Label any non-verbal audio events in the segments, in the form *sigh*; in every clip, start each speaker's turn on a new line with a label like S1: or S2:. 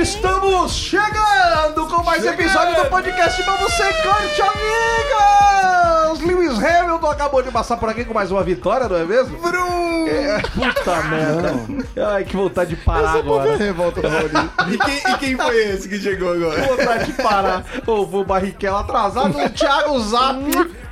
S1: Estamos chegando com mais episódio do podcast pra você, Corte Amigos! Lewis Hamilton acabou de passar por aqui com mais uma vitória, não é mesmo?
S2: Brum!
S1: É,
S3: *laughs*
S1: puta merda. Ai, que vontade de parar agora.
S2: Revolta do Maurício. E quem, e quem foi esse que chegou agora?
S1: Que vontade de parar. Ouvi o Barrichello atrasado, o Thiago Zap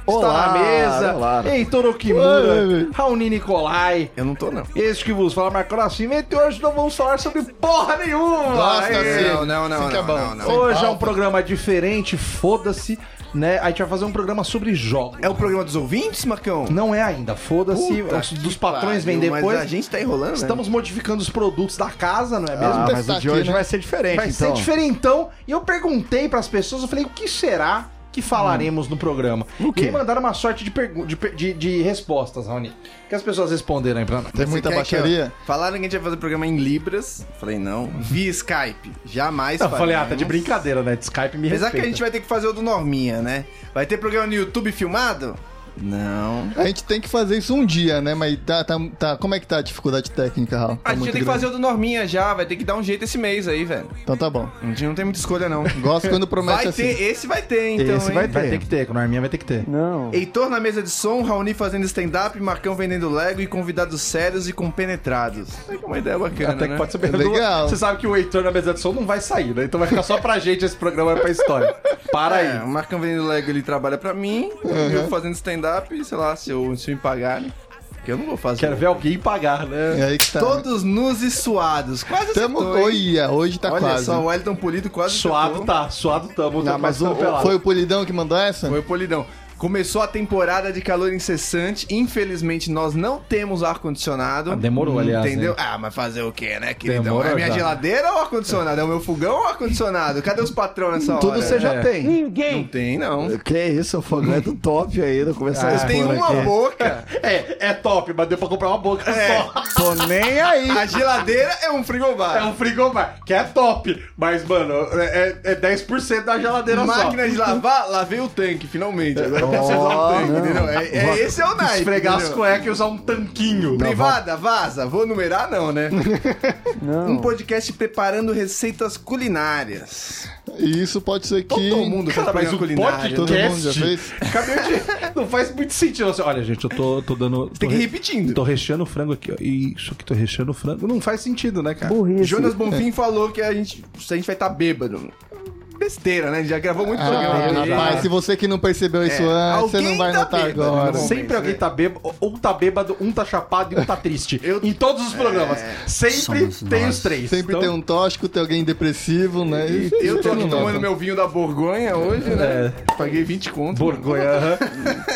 S3: Olá,
S1: está na mesa.
S3: olá.
S1: Heitor Okimura, Raoni Nicolai.
S2: Eu não tô, não.
S1: Este que vos fala, Marco Nascimento, e hoje não vamos falar sobre porra nenhuma. Aê.
S2: não, não, não.
S3: Fica
S2: não,
S3: bom.
S2: não, não. então,
S1: Hoje é um
S3: pauta.
S1: programa diferente, foda-se, né? A gente vai fazer um programa sobre jogos.
S2: É o programa dos ouvintes, Macão?
S1: Não é ainda, foda-se.
S2: Puta
S1: os-
S2: que
S1: Dos patrões vem
S2: pariu,
S1: depois.
S2: Mas a gente tá enrolando,
S1: Estamos modificando os produtos da casa, não é mesmo?
S3: Ah,
S1: Vai
S3: mas o de
S4: aqui,
S3: hoje
S4: né?
S3: vai ser diferente,
S1: ser
S3: então.
S1: diferentão. E eu perguntei pras pessoas, eu falei, o que será que falaremos no programa?
S3: O quê?
S1: E me mandaram uma sorte de, pergu- de, per- de- de respostas, Raoni. O que as pessoas responderam aí pra nós?
S4: Tem
S2: Você
S4: muita
S2: quer que eu-
S4: baixaria?
S2: falaram que a gente ia fazer programa em Libras. Falei, não. Via Skype. Jamais
S1: Eu falei, ah, tá
S2: faremos.
S1: de brincadeira, né? De Skype me
S2: Apesar
S1: respeita.
S2: que a gente vai ter que fazer o do Norminha, né? Vai ter programa no YouTube filmado? Não.
S1: Tá
S4: A gente tem que fazer isso um dia, né? Mas tá, tá, tá- como é que tá a dificuldade técnica, Raul? Tá
S2: a gente
S4: muito
S2: tem que
S4: grande.
S2: fazer o do Norminha já, vai ter que dar um jeito esse mês aí, velho.
S4: Então tá bom.
S2: A gente não tem muita
S1: *laughs*
S2: escolha, não.
S4: Gosto quando promete
S2: Vai
S4: assim.
S2: ter, esse vai ter, então,
S1: Esse
S2: hein?
S1: vai ter. vai ter que ter, com a Arminha vai ter que ter.
S3: Não.
S2: Heitor na mesa de som, Raoni fazendo stand-up, Marcão vendendo Lego e convidados sérios e compenetrados. É uma ideia bacana,
S1: Até que
S2: né?
S1: pode ser bem
S4: Legal.
S1: Você sabe que o Heitor na mesa de som não vai sair, né? Então vai ficar só pra gente esse programa é pra história. Para aí.
S2: É, o Marcão vendendo Lego, ele trabalha pra mim, eu fazendo stand-up, e, sei lá, se, eu, se me pagarem, que eu não vou fazer.
S1: Quero ver alguém pagar, né?
S4: É aí que tá.
S2: Todos nus e suados. Quase
S4: Tamo...
S2: acertou, hein?
S4: Oia, hoje tá
S2: Olha
S4: quase.
S2: só, o Wellington Polido quase
S1: Suado
S2: acertou.
S1: tá, suado tamo.
S4: Não,
S1: tamo
S4: mas o-
S1: ficando pelado.
S4: foi o Polidão que mandou essa?
S2: Foi o Polidão. Começou a temporada de calor incessante. Infelizmente, nós não temos ar-condicionado.
S1: Ah, demorou, aliás,
S2: Entendeu?
S1: hein?
S2: Ah, mas fazer o quê, né, queridão?
S1: Demorou
S2: é minha
S1: já.
S2: geladeira ou ar-condicionado? É o meu fogão ou ar-condicionado? Cadê os patrão nessa hora?
S3: Tudo você já
S1: É.
S3: tem.
S2: Não tem, não.
S3: Que isso, o fogão é do top aí, não começar a
S2: Vocês
S3: expor
S2: têm um uma
S1: *laughs*
S3: aqui.
S2: boca.
S1: É, é top, mas deu pra comprar uma boca
S2: É.
S1: só.
S3: Tô nem aí.
S2: A geladeira é um
S1: É
S2: frigobar.
S1: um frigobar, que é top, mas, mano, é, é- é 10% da geladeira
S2: Máquina
S1: só.
S2: de lavar, lavei o tanque, finalmente. Agora eu posso usar o
S3: Oh,
S2: tanque,
S3: não.
S2: entendeu? É, é- esse é o naipe.
S1: Esfregar as
S2: entendeu?
S1: cuecas e usar um tanquinho.
S2: Privada, vaza. Vou numerar,
S1: *laughs*
S2: não, né? Um podcast preparando receitas culinárias.
S4: E isso pode ser que.
S2: Todo mundo tá
S1: Cara,
S2: faz
S1: mas
S2: programa
S1: o
S2: culinário.
S4: Todo mundo já
S1: Cast.
S4: fez?
S1: Acabei de... Não faz muito sentido. Assim, olha, gente, eu tô, tô dando...
S2: Tem que ir
S1: tô re-
S2: repetindo.
S1: Tô recheando o frango aqui, ó. Isso aqui, tô recheando o frango. Não faz sentido, né, cara?
S2: Jonas Bonfim falou que a gente, a gente vai estar bêbado. Besteira, né? Já gravou muito
S4: Ah,
S2: programa.
S4: rapaz, se você que não percebeu isso antes, você
S2: É, alguém
S4: não vai
S2: tá
S4: notar
S2: bêbado,
S4: agora.
S2: não.
S1: Sempre alguém tá bêbado, um tá bêbado, um tá chapado e um tá triste.
S2: Eu-
S1: Em todos os programas. Sempre
S3: Somos
S1: tem
S3: nós.
S1: os três. Então,
S4: Sempre tem um tóxico, tem alguém depressivo, né? Isso
S2: Eu tô
S4: você não
S2: aqui
S4: nota.
S2: tomando meu vinho da Borgonha hoje, né?
S1: É.
S2: Paguei 20 conto.
S1: Borgonha. aham.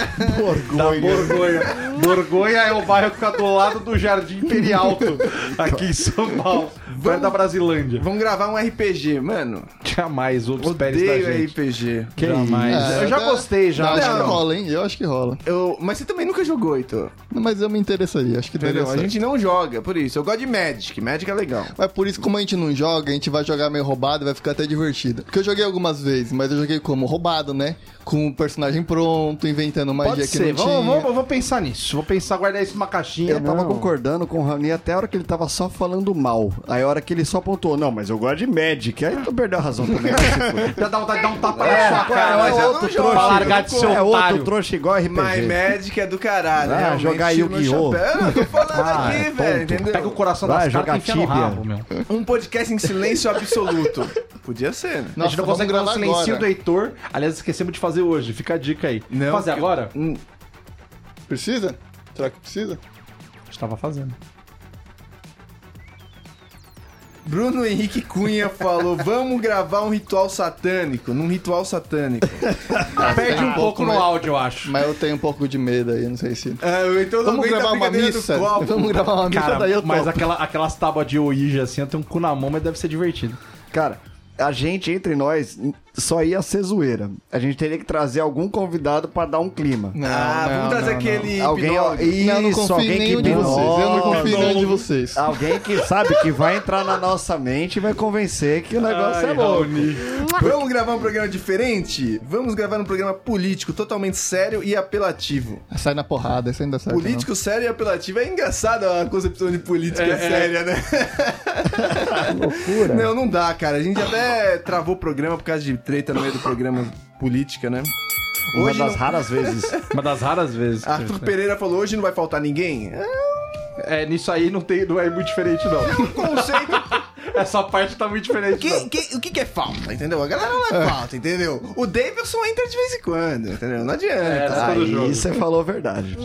S1: Da Borgonha. Borgonha é o bairro que fica do lado do Jardim Perialto, aqui em São Paulo, perto da Brasilândia.
S2: Vamos gravar um RPG, mano.
S1: Jamais, o Pérez da
S2: Odeio
S1: gente.
S2: RPG.
S1: Que Jamais.
S4: É,
S1: eu já
S4: dá-
S1: gostei, já.
S4: Não, acho que
S1: Não.
S4: rola, hein? Eu acho que rola.
S2: Eu... Mas você também nunca jogou, Heitor.
S4: Mas eu me interessaria, acho que daria
S2: Entendeu? A
S4: certo.
S2: gente não joga, por isso. Eu gosto de Magic. Magic é legal.
S4: Mas por isso, como a gente não joga, a gente vai jogar meio roubado e vai ficar até divertido. Porque eu joguei algumas vezes, mas eu joguei como? Roubado, né? Com o personagem pronto, inventando magia
S1: Pode
S4: que
S1: ser,
S4: não
S1: vamos,
S4: tinha.
S1: vamos, vamos pensar nisso. Vou pensar, guardar isso numa caixinha.
S3: Eu tava concordando com o Raoni até a hora que ele tava só falando mal. Aí a hora que ele só apontou, não, mas eu gosto de Magic. Aí tu perdeu a razão também. né, tipo? *laughs*
S1: Já dá vontade de dar um tapa na sua cara,
S2: mas
S1: mas
S2: é
S1: é
S2: outro trouxa,
S1: pra largar de
S3: é
S1: seu
S3: outro
S1: otário.
S3: trouxa igual RPG.
S2: My Magic é do caralho.
S3: Ah,
S2: realmente,
S3: jogar
S2: tiro meu
S3: Yu-Gi-Oh!
S2: chapéu. Eu não tô falando
S3: *laughs* Ah,
S2: aqui,
S3: é
S2: velho,
S3: tonto.
S2: entendeu?
S1: Pega o coração
S3: Vai,
S1: das
S3: joga
S1: cartas e enfia no
S3: tíbia.
S1: rabo, meu.
S2: Um podcast em silêncio absoluto. Podia ser, né?
S1: a gente não
S4: vamos
S1: consegue gravar o
S4: gravar
S1: silencinho
S4: agora.
S1: do Heitor. Aliás, esquecemos de fazer hoje. Fica a dica aí.
S2: Não,
S1: fazer
S2: porque-
S1: agora?
S2: Hum,
S4: Precisa? Será que precisa?
S1: A gente tava fazendo.
S2: Bruno Henrique Cunha falou: vamos gravar um ritual satânico. Num ritual
S3: *laughs*
S2: satânico.
S1: Perde um pouco no
S4: mas-
S1: áudio, eu acho.
S4: Mas eu tenho um pouco de medo aí, não sei se.
S2: Ah, então
S1: tá
S4: Vamos gravar uma missa? Então, Vamos gravar uma missa,
S1: Cara,
S4: daí eu
S1: mas
S4: topo.
S1: aquela, aquelas tábuas de Ouija assim, eu tenho um cu na mão, mas deve ser divertido.
S3: Cara, a gente, entre nós, só ia ser zoeira. A gente teria que trazer algum convidado pra dar um clima.
S4: Não,
S2: Ah,
S4: não,
S2: vamos trazer
S4: não,
S2: aquele
S3: Alguém, ó,
S2: hipnólogo.
S3: isso,
S4: Não, eu não confio em
S3: alguém que
S4: nenhum de vocês. Eu não confio em nenhum de
S5: Não.
S4: vocês.
S3: Alguém que sabe que vai entrar na nossa mente e vai convencer que o negócio é louco.
S5: Raoni.
S2: Vamos gravar um programa diferente? Vamos gravar um programa político, totalmente sério e apelativo.
S4: Sai na porrada, essa ainda sai.
S2: Político sério e apelativo. É engraçado a concepção de
S4: É,
S2: política séria, né?
S3: Loucura.
S2: Não, não dá, cara. A gente até travou o programa por causa de treta no meio do programa política, né?
S3: Uma
S2: Hoje
S3: das
S2: não- *laughs*
S3: raras vezes.
S5: Uma das raras vezes.
S1: Ah,
S2: Arthur Pereira falou, hoje não vai faltar ninguém? É
S5: É, nisso aí não, tem, não é muito diferente, não.
S2: um *laughs* conceito.
S5: Essa parte tá muito diferente,
S2: que,
S5: não.
S2: que- o que, que é falta, entendeu? A galera não é falta, entendeu? O Davidson entra de vez em quando, entendeu? Não adianta.
S5: É, tá. Todo jogo.
S3: Aí você falou a verdade.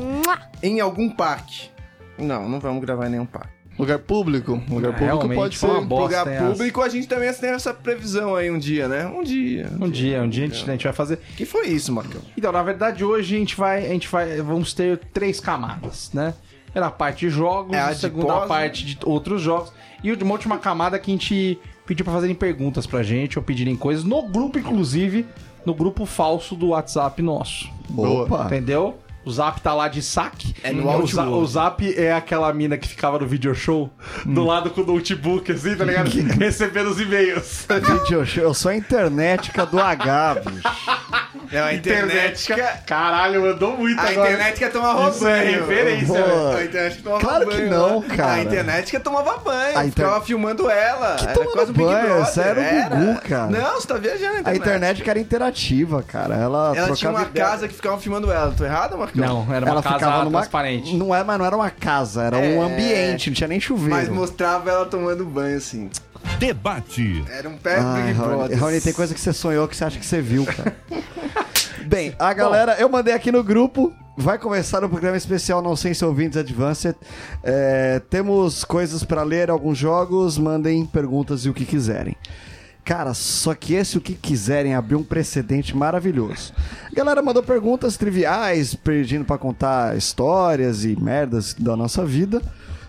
S2: Em algum parque. Não, não vamos gravar em nenhum parque.
S4: Lugar público. Lugar público
S1: É, realmente,
S4: pode ser.
S1: foi uma bosta.
S2: lugar
S1: hein,
S2: público, a gente também tem essa previsão aí um dia, né? Um dia.
S1: Um dia, um dia a gente, a gente vai fazer.
S2: Que foi isso, Marcão?
S1: Então, na verdade, hoje a gente vai. A gente vai. Vamos ter três camadas, né? Era a parte de jogos,
S2: É, a
S1: a
S2: de
S1: segunda
S2: pós, né?
S1: parte de outros jogos. E uma última camada que a gente pediu pra fazerem perguntas pra gente, ou pedirem coisas, no grupo, inclusive, no grupo falso do WhatsApp nosso.
S4: Boa.
S3: Opa.
S1: Entendeu? O Zap tá lá de saque.
S2: Ah. É no
S1: o,
S2: Outlook.
S1: Za- o Zap é aquela mina que ficava no video show
S2: Hum.
S1: do lado com o notebook, assim, tá
S2: *laughs*
S1: ligado? *laughs* Recebendo os e-mails.
S3: Gente, eu- eu sou a internetica do H, bicho.
S2: É, a *laughs* internet. quer-
S5: Caralho, mandou muito
S2: A
S5: agora.
S2: internet quer tomar banho.
S5: Isso é referência,
S1: né?
S3: velho.
S2: A internet quer tomar
S3: Claro que
S2: banho,
S3: não,
S2: né?
S3: cara.
S2: A internet que tomava banho.
S3: A inter-
S2: Ficava filmando ela. Que era
S3: tomava
S2: quase um Big
S3: banho?
S2: Brother.
S3: Você era o Gugu, cara.
S2: Não, você tá viajando.
S3: A internet que era interativa, cara. Ela,
S2: Ela tinha
S3: trocava
S2: uma
S3: ideia.
S2: casa que ficava filmando ela. Tô errado, Marcão?
S1: Não, era uma
S3: Ela
S1: casa
S3: ficava numa...
S1: transparente.
S3: Não é, mas não era uma casa, era
S2: É.
S3: um ambiente, não tinha nem chuveiro.
S2: Mas mostrava ela tomando banho, assim.
S6: Debate.
S2: Era um pé
S3: Ai,
S2: Big
S3: Raoni,
S2: Brother.
S3: Raoni, Ah, tem coisa que você sonhou que você acha que você viu, cara.
S2: *laughs*
S3: Bem, a galera, eu mandei aqui no grupo. Vai começar o programa especial Não Sei Se Ouvintes Advanced. É, temos coisas pra ler, alguns jogos. Mandem perguntas e o que quiserem. Cara, só que esse o que quiserem abriu um precedente maravilhoso. A galera mandou perguntas triviais, pedindo pra contar histórias e merdas da nossa vida.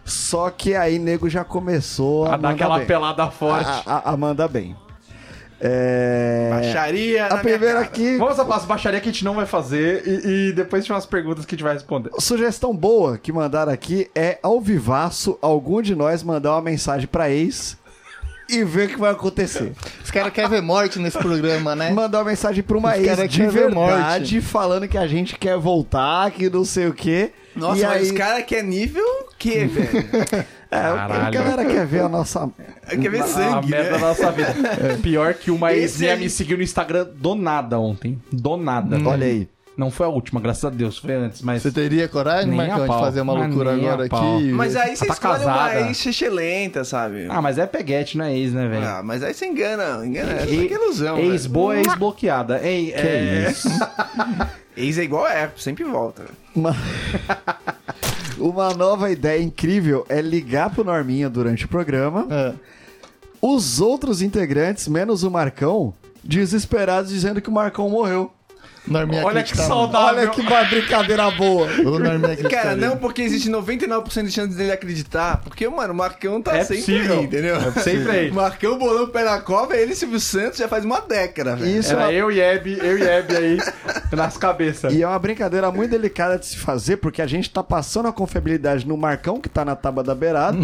S3: Só que aí nego já começou a,
S1: Pra dar
S3: mandar
S1: aquela
S3: bem.
S1: pelada forte.
S2: Ah,
S3: A- a- a- Amanda bem. É...
S2: Baixaria
S3: A
S2: na
S3: primeira
S2: minha cara.
S3: aqui,
S1: Vamos para as baixaria que a gente não vai fazer e, e depois tem umas perguntas que a gente vai responder.
S3: sugestão boa que mandaram aqui é ao vivaço algum de nós mandar uma mensagem pra ex e ver o que vai acontecer.
S4: Os caras querem ver morte nesse programa,
S2: É.
S4: né?
S3: Mandar uma mensagem pra uma
S4: Os
S3: ex
S4: cara
S3: de
S4: quer ver morte.
S3: verdade falando que a gente quer voltar, que não sei o quê.
S2: Nossa,
S3: e
S2: mas
S3: aí,
S2: os caras que é nível que,
S3: *laughs*
S2: velho?
S3: é, a
S1: Caralho.
S3: galera quer ver
S2: *laughs*
S3: a nossa
S2: Quer ver
S1: Ah, a
S2: sangue,
S1: merda da
S2: né?
S1: nossa vida. É. Pior que uma
S2: Esse
S1: ex-minha
S2: aí- Hum.
S1: me seguiu no Instagram do nada ontem. Do nada.
S3: Olha aí.
S1: Não foi a última, graças a Deus. Foi antes, mas...
S4: Você teria coragem,
S1: Nem
S4: Marcão,
S1: a
S4: de
S1: pau.
S4: fazer uma
S1: Mas
S4: loucura
S1: nem a
S4: agora
S1: pau.
S4: aqui?
S2: Mas aí você
S1: tá
S2: escolhe
S1: casada.
S2: uma ex-lenta, sabe?
S1: Ah, mas é peguete, não é ex, né, velho?
S2: Ah, é, mas aí você engana, engana.
S1: E-
S2: Que ilusão.
S1: Ex
S2: velho.
S1: boa, ex bloqueada. Ei, é... isso?
S2: Ex é igual é, sempre volta.
S3: Uma... *laughs* Uma nova ideia incrível é ligar pro Norminha durante o programa.
S4: É.
S3: Os outros integrantes, menos o Marcão, desesperados dizendo que o Marcão morreu.
S4: Norminha
S1: Olha que
S4: acreditava.
S1: saudável.
S3: Olha que ba- brincadeira boa.
S4: O Norminha
S2: *laughs* Cara,
S4: acreditava.
S2: não porque existe 99% de chance dele acreditar, porque, mano, o Marcão tá
S1: É
S2: sempre
S1: possível. É
S2: aí, entendeu?
S1: Sempre aí.
S2: Marcão bolou o pé na cova, ele e Silvio Santos já faz uma década, velho.
S3: Isso é
S1: Era
S3: uma...
S1: eu e Hebe, eu e Hebe aí, nas cabeças.
S3: E é uma brincadeira muito delicada de se fazer, porque a gente tá passando a confiabilidade no Marcão, que tá na tábua da *laughs* beirada,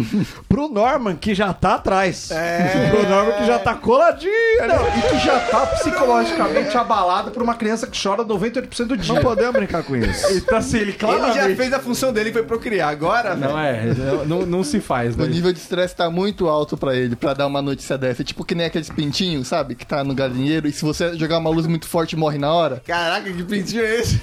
S3: pro Norman, que já tá atrás.
S2: É.
S3: *laughs* Pro Norman, que já tá coladinho. ali.
S1: Não, e que já tá psicologicamente abalado por uma criança que chora 98% do
S3: Não
S1: dia.
S3: podemos brincar com isso.
S1: Então, assim, ele
S2: Ele
S1: claramente...
S2: já fez a função dele e foi procriar. Agora, velho.
S1: Não é, não, não se faz,
S4: O
S1: né?
S4: nível de estresse tá muito alto pra ele, pra dar uma notícia dessa. É Tipo que nem aqueles pintinhos, sabe? Que tá no galinheiro e se você jogar uma luz muito forte morre na
S1: *laughs*
S4: hora.
S2: Caraca, que pintinho é esse?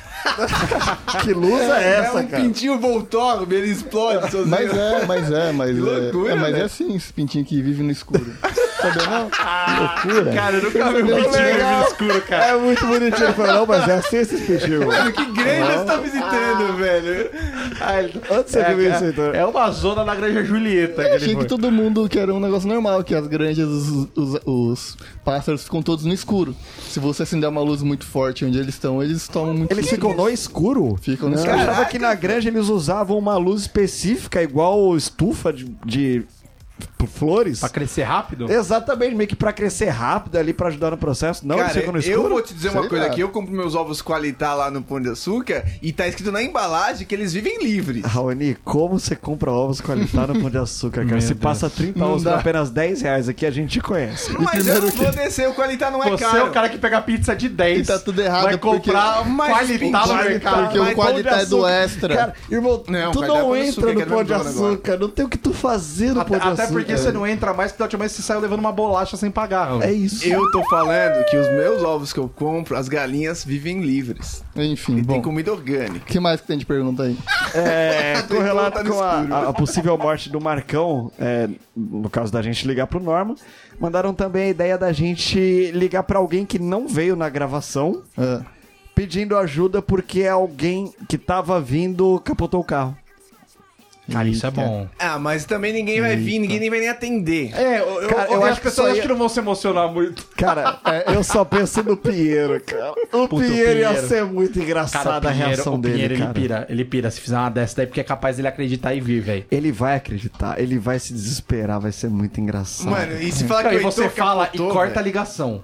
S3: Que luz é
S1: Tá,
S3: essa,
S2: é um
S3: cara?
S2: pintinho voltorbe, ele
S1: *laughs*
S2: explode. sozinho.
S4: Mas é, mas é, mas
S2: *laughs* Que
S4: é.
S2: loucura,
S4: é, mas é
S2: né?
S4: assim, esse pintinho que vive no escuro. Sabe não?
S1: Cara, eu nunca vi um pintinho no escuro, cara.
S3: É muito bonitinho. Ele falou, não, mas é assim esse pediu.
S2: Mano, que grande você tá
S1: Ah,
S2: visitando, velho?
S3: Onde você viu isso, então?
S1: É, é uma zona na Granja Julieta.
S4: Eu
S1: que ele
S4: achei que
S1: foi.
S4: todo mundo que era um negócio normal, que as granjas, os, os- os pássaros ficam todos no escuro. Se você acender uma luz muito forte onde eles estão, eles tomam muito
S3: Eles ficam
S2: é
S3: no escuro?
S4: Ficam no
S3: Eu
S4: escuro.
S3: achava que na granja eles usavam uma luz específica, igual estufa de, de por flores.
S1: Pra crescer rápido?
S3: Exatamente, meio que pra crescer rápido ali, pra ajudar no processo. Não, ele
S1: é
S2: Cara,
S3: chega no escuro.
S2: eu vou te dizer uma
S4: Sei
S2: coisa
S4: lá.
S2: aqui. Eu compro meus ovos Qualitá lá no Pão de Açúcar e tá escrito na embalagem que eles vivem
S1: *laughs*
S2: livres.
S3: Raoni, como você compra ovos
S2: *laughs*
S3: qualitados no Pão de Açúcar, cara?
S1: Meu
S3: Se
S1: Deus.
S3: passa 30 ovos por apenas 10 reais aqui, a gente conhece.
S2: Mas eu não vou descer, o Qualitá não é
S1: Você
S2: caro.
S1: é o cara que pega pizza de 10.
S4: E tá tudo errado,
S1: Vai
S4: porque-
S3: é
S1: comprar
S2: Mas
S1: qualitá no
S2: porque-
S1: mercado.
S4: Porque o
S2: mas
S3: Pão de
S4: qualidade é do
S3: Açúcar-
S4: extra.
S3: Cara, irmão,
S2: Não,
S3: tu
S2: vai dar Pão
S3: não
S2: de
S3: entra
S2: Açúcar,
S3: no
S2: que
S3: Pão
S2: é
S3: de
S2: meu dono
S3: Açúcar, não tem o que tu fazer no
S1: Até,
S3: Pão de Açúcar.
S1: até porque você não entra mais, porque da última vez você saiu levando uma bolacha sem pagar. Raul.
S3: É isso.
S2: Eu tô falando que os meus ovos que eu compro, as galinhas vivem livres.
S4: Enfim,
S2: E
S4: bom.
S2: tem comida orgânica.
S4: O que mais que tem de pergunta aí?
S3: *laughs* É, com relato
S2: tá no
S3: com a, a- a possível morte do Marcão, é, no caso da gente ligar pro Norma, mandaram também a ideia da gente ligar pra alguém que não veio na gravação,
S4: É.
S3: pedindo ajuda porque alguém que tava vindo capotou o carro.
S1: Cara, isso é bom.
S2: Ah, mas também ninguém vai vir, ninguém nem vai nem atender.
S1: É, eu,
S3: Cara, eu acho
S1: acho
S3: que
S1: que as
S3: isso aí
S1: pessoas
S3: é-
S1: acho que não vão se emocionar muito.
S3: Cara, *laughs* é, eu só penso no Pinheiro, cara. O
S1: Puta, o
S3: Pinheiro ia
S1: Pinheiro.
S3: ser muito engraçado
S1: Cara, o
S3: a
S1: Pinheiro,
S3: reação
S1: o Pinheiro,
S3: dele,
S1: ele
S3: cara.
S1: pira. Ele pira se fizer uma dessa daí, porque é capaz dele acreditar e vir, velho.
S3: Ele vai acreditar, ele vai se desesperar, vai ser muito engraçado.
S2: Mano, e se falar que
S1: E
S2: o Heitor
S1: você fala
S2: capotou,
S1: e corta a
S2: velho?
S1: ligação.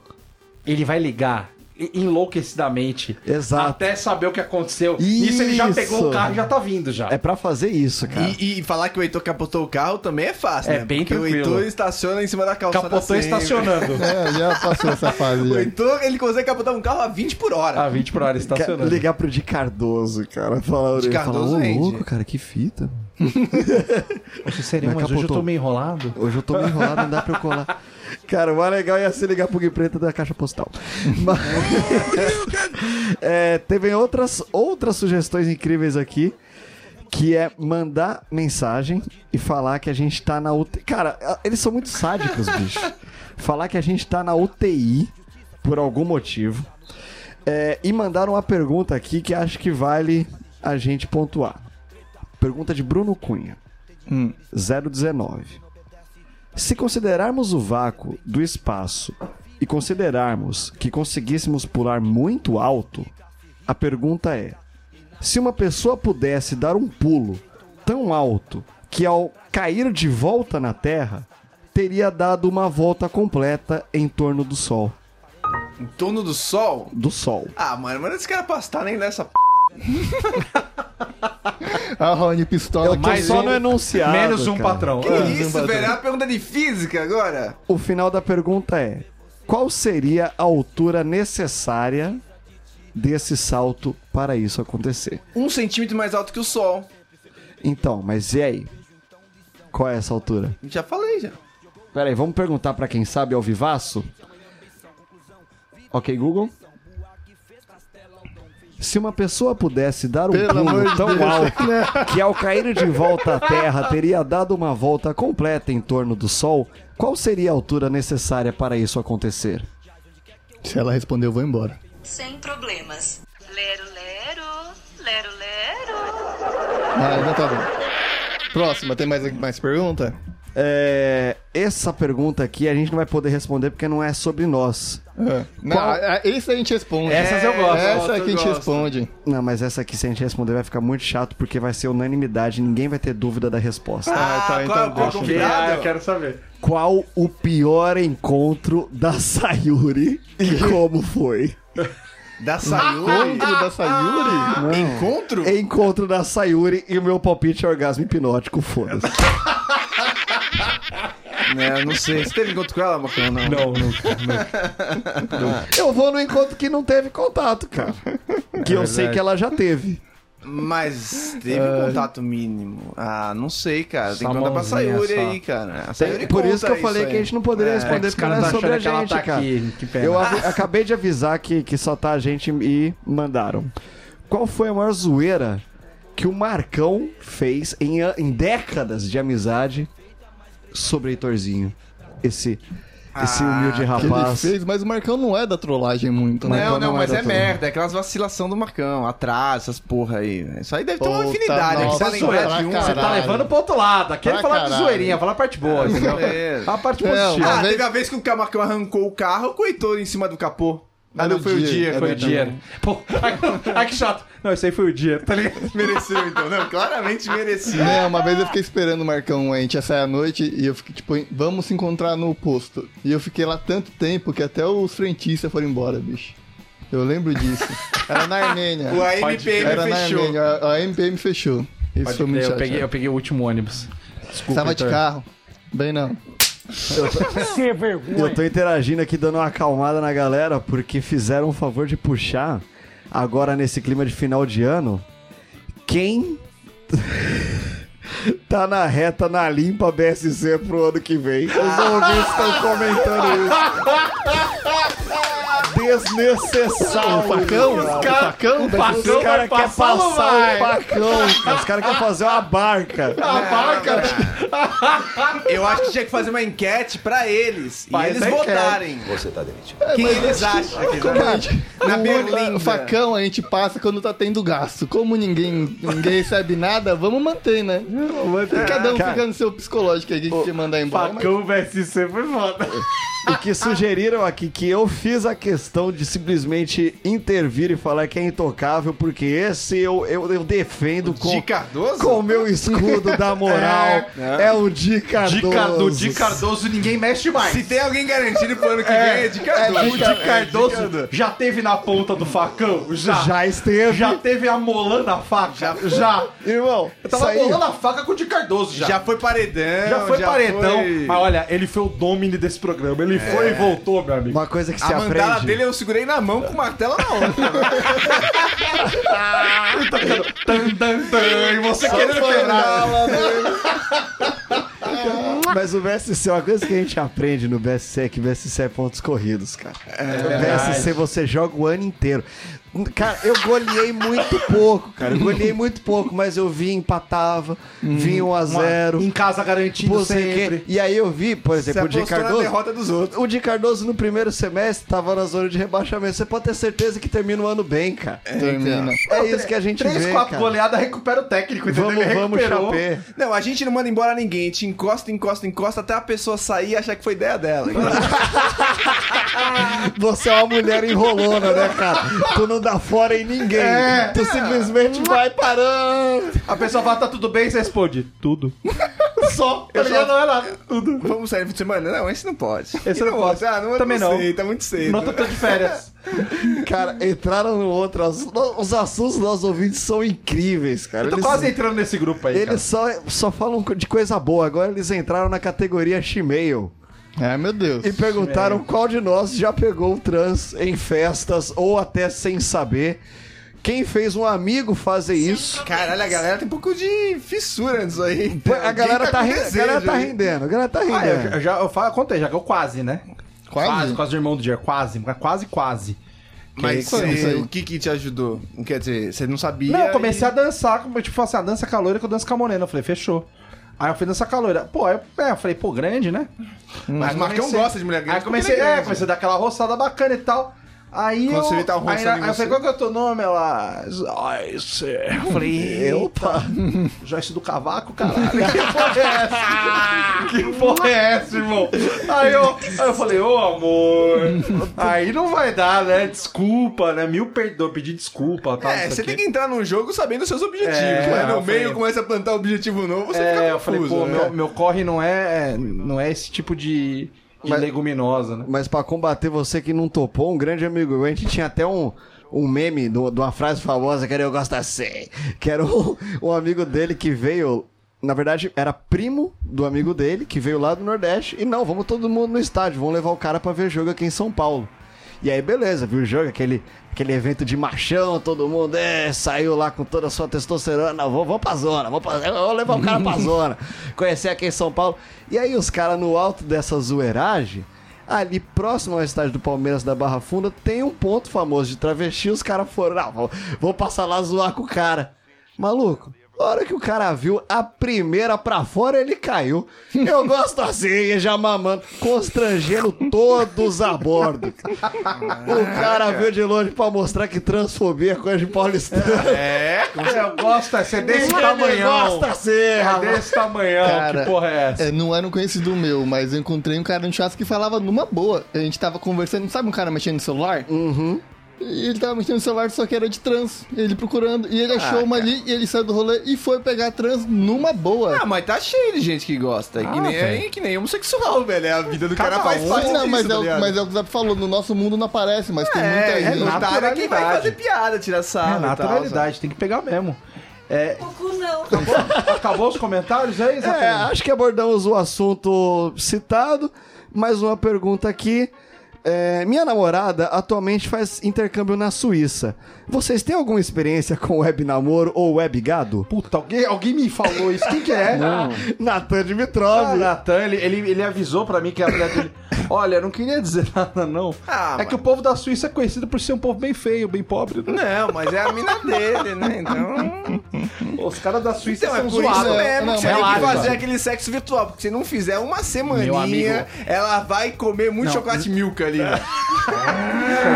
S1: Ele vai ligar e- enlouquecidamente.
S3: Exato.
S1: Até saber o que aconteceu. Isso ele já
S3: Isso.
S1: pegou o carro e já tá vindo já.
S3: É pra fazer isso, cara.
S2: E, e falar que o Heitor capotou o carro também é fácil,
S1: É
S2: né?
S1: bem
S2: Porque
S1: tranquilo.
S2: o Heitor estaciona em cima da calçada
S1: Capotou
S2: sempre.
S1: estacionando.
S4: É, já passou essa fase.
S2: O
S4: já.
S2: Heitor, ele consegue capotar um carro a 20 por hora.
S1: A 20 por hora
S3: Ca-
S1: Tá estacionando.
S3: Ligar pro Di Cardoso, cara. Falar,
S2: Di
S3: ele
S2: Cardoso
S3: fala, ô,
S2: rende."
S3: louco, cara, que fita.
S1: Poxa, seria,
S3: Mas
S1: mas hoje eu tô
S3: capotou.
S1: meio enrolado.
S3: Hoje eu tô me enrolado, não dá pra eu colar. Cara, o mais legal ia ser ligar pro Gui Preto da Caixa Postal. Mas... *laughs* É, teve outras, outras sugestões incríveis aqui, que é mandar mensagem e falar que a gente tá na UTI. Cara, eles são muito sádicos, bicho. Falar que a gente tá na UTI por algum motivo. É, e mandaram uma pergunta aqui que acho que vale a gente pontuar. Pergunta de Bruno Cunha. 019. Se considerarmos o vácuo do espaço e considerarmos que conseguíssemos pular muito alto, a pergunta é: se uma pessoa pudesse dar um pulo tão alto que ao cair de volta na Terra, teria dado uma volta completa em torno do Sol,
S2: Em torno do sol?
S3: do Sol.
S2: Ah, mano, manda esse cara pastar nem nessa p...
S4: A Rony Pistola que
S1: mais
S4: eu
S1: um-
S4: vi.
S3: Só no enunciado.
S1: Menos um
S3: cara.
S1: patrão.
S2: Que
S1: Ah.
S2: isso, velho? É uma pergunta de física agora.
S3: O final da pergunta é: qual seria a altura necessária desse salto para isso acontecer?
S2: Um centímetro mais alto que o sol.
S3: Então, mas e aí? Qual é essa altura?
S2: Já falei, já.
S3: Pera aí, vamos perguntar para quem sabe ao vivaço? Ok, Google. Se uma pessoa pudesse dar um
S4: Pelo amor
S3: pulo
S4: de
S3: tão
S4: Deus. *laughs*
S3: alto que ao cair de volta à Terra teria dado uma volta completa em torno do Sol, qual seria a altura necessária para isso acontecer?
S4: Se ela responder, eu vou embora.
S6: Sem problemas. Lero, lero, lero, lero.
S4: Ah, então tá bom. Próxima, tem mais, mais pergunta?
S3: É, essa pergunta aqui a gente não vai poder responder porque não é sobre nós.
S4: É. Não,
S3: Qual-
S4: a- a- esse a gente responde.
S1: Essas eu gosto.
S4: Essa
S2: eu
S4: é que a gente
S2: gosto.
S4: responde.
S3: Não, mas essa aqui, se a gente responder, vai ficar muito chato porque vai ser unanimidade, ninguém vai ter dúvida da resposta.
S4: Ah, tá,
S2: qual,
S4: então
S2: qual
S4: deixa.
S1: Ah,
S2: convidado?
S1: eu quero saber.
S3: Qual o pior encontro da Sayuri *laughs* e como foi?
S2: Da Sayuri?
S4: Encontro da Sayuri?
S2: Encontro?
S3: Encontro da Sayuri e o meu palpite é orgasmo hipnótico, foda-se.
S2: Não, não sei. É. Você teve encontro com ela, Mocão? Não.
S1: Não, É nunca.
S3: Eu vou no encontro que não teve contato, cara. Que eu sei que ela já teve.
S2: Mas teve um contato mínimo. Ah, não sei, cara. Tem
S1: Só
S2: que mandar pra
S1: mãozinha,
S2: Sayuri
S1: só.
S2: aí, cara. A
S3: Tem-
S2: Sayuri
S3: por isso que
S2: conta
S3: eu falei
S2: aí.
S3: que a gente não poderia
S1: É, que
S3: responder
S1: os
S3: porque não
S1: caras
S3: é
S1: estão
S3: sobre a
S1: achando que ela
S3: gente,
S1: tá
S3: cara.
S1: aqui. Que pena.
S3: Eu av- acabei de avisar que, que só tá a gente e mandaram. Qual foi a maior zoeira que o Marcão fez em, an- em décadas de amizade sobre Heitorzinho? Esse, esse humilde
S4: Que ele
S3: rapaz.
S4: fez, mas o Marcão não é da trollagem muito, né?
S2: Não,
S3: Marcão
S2: não,
S3: não
S2: mas
S3: era
S2: é
S3: todo.
S2: merda. É aquelas vacilação do Marcão. Atrás, essas porra aí. né? Isso aí deve ter uma
S4: Puta,
S2: infinidade. né?
S4: nossa,
S2: Você lembrar de um.
S4: pra
S1: Você tá
S4: Caralho.
S1: levando pro outro lado. Aqui ele
S4: Pra
S1: fala de
S4: caralho.
S1: zoeirinha, fala a parte
S2: *laughs*
S1: boa, entendeu?
S2: É.
S1: A parte
S4: É,
S1: positiva.
S2: Ah,
S4: Uma vez-
S2: teve a vez que o Marcão arrancou o carro, coitou em cima do capô.
S1: Ah, não, foi o dia,
S4: é
S1: foi o
S4: verdade.
S1: dia. né? Pô, *laughs* ai, que chato. Não, esse aí foi o dia, tá ligado?
S2: Mereceu, então. Não, claramente merecia.
S4: Né, uma vez eu fiquei esperando o Marcão, a gente ia sair à noite e eu fiquei tipo, vamos se encontrar no posto. E eu fiquei lá tanto tempo que até os frentistas foram embora, bicho. Eu lembro disso. Era na Armênia.
S2: *laughs* O AMPM
S4: Era na
S2: fechou.
S4: Armênia. A a MPM fechou. Isso foi muito
S1: eu,
S4: chato. né?
S1: peguei, então. eu peguei o último ônibus. Desculpa.
S4: Tava de
S5: então.
S1: Heitor.
S4: carro. Bem não.
S7: Sem vergonha.
S3: Eu tô interagindo aqui, dando uma acalmada na galera, porque fizeram o favor de puxar, agora nesse clima de final de ano, quem *laughs* tá na reta, na limpa BSC pro ano que vem. Os ouvintes estão comentando isso. Desnecessário.
S4: O facão? O facão?
S3: Os caras querem passar o pacão. cara. Os caras querem fazer uma barca.
S2: Eu acho que tinha que fazer uma enquete pra eles. e eles
S1: da enquete.
S2: votarem. Quem eles acham que tá
S4: Como a gente-
S2: Na
S4: o-
S2: Berlinda.
S4: O facão a gente passa quando tá tendo gasto. Como ninguém, ninguém recebe nada, vamos manter, né? Cada um
S3: Cara.
S4: fica no seu psicológico aí, que a gente te mandar embora. mas-
S5: Facão VSC foi foda.
S3: O que sugeriram aqui que eu fiz a questão de simplesmente intervir e falar que é intocável, porque esse eu, eu, eu defendo com
S2: Di Cardoso?
S3: com o meu escudo da moral. é, o Di Cardoso.
S5: Dicardo, de Cardoso, ninguém mexe mais.
S2: Se tem alguém garantido pro ano que vem, é de Cardoso.
S5: o de Cardoso já teve na ponta do facão? Já. Já,
S3: Já esteve.
S5: teve amolando a faca? Já.
S3: Irmão,
S5: Eu tava
S3: isso aí-
S5: amolando a faca com o de Cardoso já.
S2: Já foi paredão.
S5: Já foi paredão.
S2: foi-
S5: Mas olha, ele foi o domine desse programa. Ele foi e voltou, meu amigo.
S3: é Uma coisa que se
S2: A mandala
S3: aprende.
S2: dele eu segurei na mão com o martelo na outra.
S5: Tan, tan, tan, e você querendo quebrar.
S3: Mas o VSC, é uma coisa que a gente aprende no VSC é que VSC é pontos corridos, cara. O VSC você joga o ano inteiro. Cara, eu goleei muito pouco, cara. Eu goleei muito pouco, mas eu vi, empatava, vi 1x0.
S5: Em casa garantido
S3: Você
S5: sempre.
S3: quer- E aí eu vi, por exemplo, o Di
S2: apostou na
S3: Cardoso.
S2: derrota dos outros.
S3: O Di Cardoso no primeiro semestre tava na zona de rebaixamento. Você pode ter certeza que termina o ano bem, cara.
S4: Termina.
S3: É isso que a gente
S5: Três,
S3: vê,
S5: quatro
S3: cara.
S5: goleadas, recupera o técnico,
S1: né?
S5: entendeu?
S3: Vamos,
S5: Ele
S3: vamos,
S5: recuperou.
S3: chapé.
S2: Não, a gente não manda embora ninguém. Te encosta, encosta, encosta até a pessoa sair e achar que foi ideia dela.
S3: Você é uma mulher enrolona, né, cara? Tu não dá fora em ninguém. tu simplesmente vai parando.
S5: A pessoa fala, tá tudo bem? Você responde, tudo. Só. Eu já não é nada. Tudo.
S2: Vamos sair no fim de semana? Não, esse não pode.
S5: Esse não pode.
S2: Ah, não,
S5: Também
S2: não
S5: não.
S2: sei, tá muito cedo.
S5: Não, tô, tô de férias.
S3: Cara, entraram no outro. assunto. Os assuntos dos nossos ouvintes são incríveis, cara.
S5: Eu tô
S3: Eles-
S5: quase entrando nesse grupo aí,
S3: Eles só, só falam de coisa boa. Agora eles entraram na categoria Shimail.
S4: Ai, É, meu Deus.
S3: E perguntaram qual de nós já pegou trans em festas ou até sem saber. Quem fez um amigo fazer isso?
S2: Caralho, a galera tem um pouco de fissura nisso aí.
S3: Pô, A galera tá,
S2: Alguém
S3: ren-
S2: com
S3: a galera tá
S2: desejo, hein?
S3: rendendo, a galera tá
S1: Ah, eu,
S3: rendendo.
S1: eu já eu falo, contei, já que eu quase, né?
S4: Quase?
S1: Quase, quase do irmão do dia, quase, quase, quase.
S2: Mas
S4: Que isso
S2: cê-
S4: aí?
S2: o que que te ajudou? Quer dizer, você não sabia?
S1: Não, eu comecei a dançar, como, tipo assim, a dança com a loira que eu danço com a morena. Eu falei, fechou. Aí eu fui dançar com a loira. Pô, aí eu, é, eu falei, pô, grande, né?
S2: Mas o Marcão
S1: comecei-
S2: gosta de mulher grande.
S1: Aí comecei, é, comecei a dar aquela roçada bacana e tal. Aí
S2: Quando
S1: eu,
S2: você vê, tá
S1: aí,
S2: roçando
S1: aí
S2: em
S1: eu
S2: você.
S1: falei, qual que é o teu nome? Ela, Joyce. Eu falei, opa, Joyce do Cavaco, caralho.
S5: Que porra é essa? Que porra é essa, irmão? Aí eu, aí eu falei, ô
S1: *laughs*
S5: amor, aí não vai dar, né? Desculpa, né? Mil perdão, pedi desculpa, tal.
S2: É,
S5: não
S2: você
S5: sei o
S2: tem
S5: quê.
S2: que entrar num jogo sabendo os seus objetivos.
S5: É,
S2: mas no
S5: eu
S2: meio
S5: falei-
S2: começa a plantar objetivo novo, você fica
S1: É,
S2: confuso.
S1: eu falei, pô,
S2: né?
S1: meu, meu corre não é, é, não é esse tipo de, de
S3: Mas-
S1: leguminosa, né?
S3: Mas pra combater você que não topou, um grande amigo. A gente tinha até um, um meme do- de uma frase famosa que era Eu gosto assim. *laughs* Que era um, um amigo dele que veio. Na verdade, era primo do amigo dele, que veio lá do Nordeste. E não, vamos todo mundo no estádio, vamos levar o cara pra ver jogo aqui em São Paulo. E aí, beleza, viu o jogo, aquele, aquele evento de machão, todo mundo é, saiu lá com toda a sua testosterona, vou, vou pra zona, vou, pra, vou levar o cara pra zona, conhecer aqui em São Paulo. E aí, os caras no alto dessa zoeiragem, ali próximo ao estádio do Palmeiras da Barra Funda, tem um ponto famoso de travesti, os caras foram, ah, vou, vou passar lá zoar com o cara. Maluco, A hora que o cara viu a primeira pra fora, ele caiu. Eu gosto assim, já mamando, constrangendo todos a bordo. O cara viu de longe pra mostrar que transfobia é coisa de paulistano.
S5: É, eu gosto, é ser desse
S3: Ele
S5: tamanhão.
S3: gosta assim,
S5: É
S3: rapaz.
S5: desse tamanhão,
S4: Cara,
S5: que porra é essa?
S4: É, não era um conhecido meu, mas eu encontrei um cara no churrasco que falava numa boa. A gente tava conversando, sabe um cara mexendo no celular? Uhum. E ele tava mexendo no celular, só que era de trans. Ele procurando, e ele achou uma ali, e ele saiu do rolê e foi pegar trans numa boa.
S2: Ah, mas tá cheio de gente que gosta.
S1: Ah,
S2: que, nem, é, que nem homossexual, velho. É A vida do cara faz
S4: Mas,
S2: parte
S4: não,
S2: disso,
S4: mas,
S2: tá
S4: é, o-
S2: ligado?
S4: mas é o que o Zap falou, no nosso mundo não aparece, mas tem muita
S2: É, é
S4: gente.
S2: otário é quem vai
S1: naturalidade.
S2: fazer piada, tirar sarro
S1: É
S2: e tal,
S1: naturalidade, tem que pegar mesmo. É,
S6: O cu não.
S1: acabou os comentários aí, Zap?
S3: É, acho que abordamos o assunto citado. Mais uma pergunta aqui. É, minha namorada atualmente faz intercâmbio na Suíça. Vocês têm alguma experiência com web namoro ou web gado?
S1: Puta, alguém, alguém me falou isso. Quem que é?
S3: Natan
S1: Ah,
S3: Dimitrov.
S1: Natan, ele, ele, ele avisou pra mim que a mulher dele. Olha, eu não queria dizer *laughs* nada, não.
S2: Ah,
S1: é
S2: mano.
S1: que o povo da Suíça é conhecido por ser um povo bem feio, bem pobre.
S2: sabe?
S1: Né?
S2: Não, mas é a mina dele, né? Então.
S1: Os caras da Suíça
S2: Então, é
S1: são
S2: por isso
S1: zoados.
S4: né?
S2: mesmo
S4: Não,
S2: que você tem que
S1: relaxa.
S2: fazer aquele sexo virtual. Porque se não fizer uma semaninha,
S1: amigo.
S2: ela vai comer muito chocolate milk ali. né?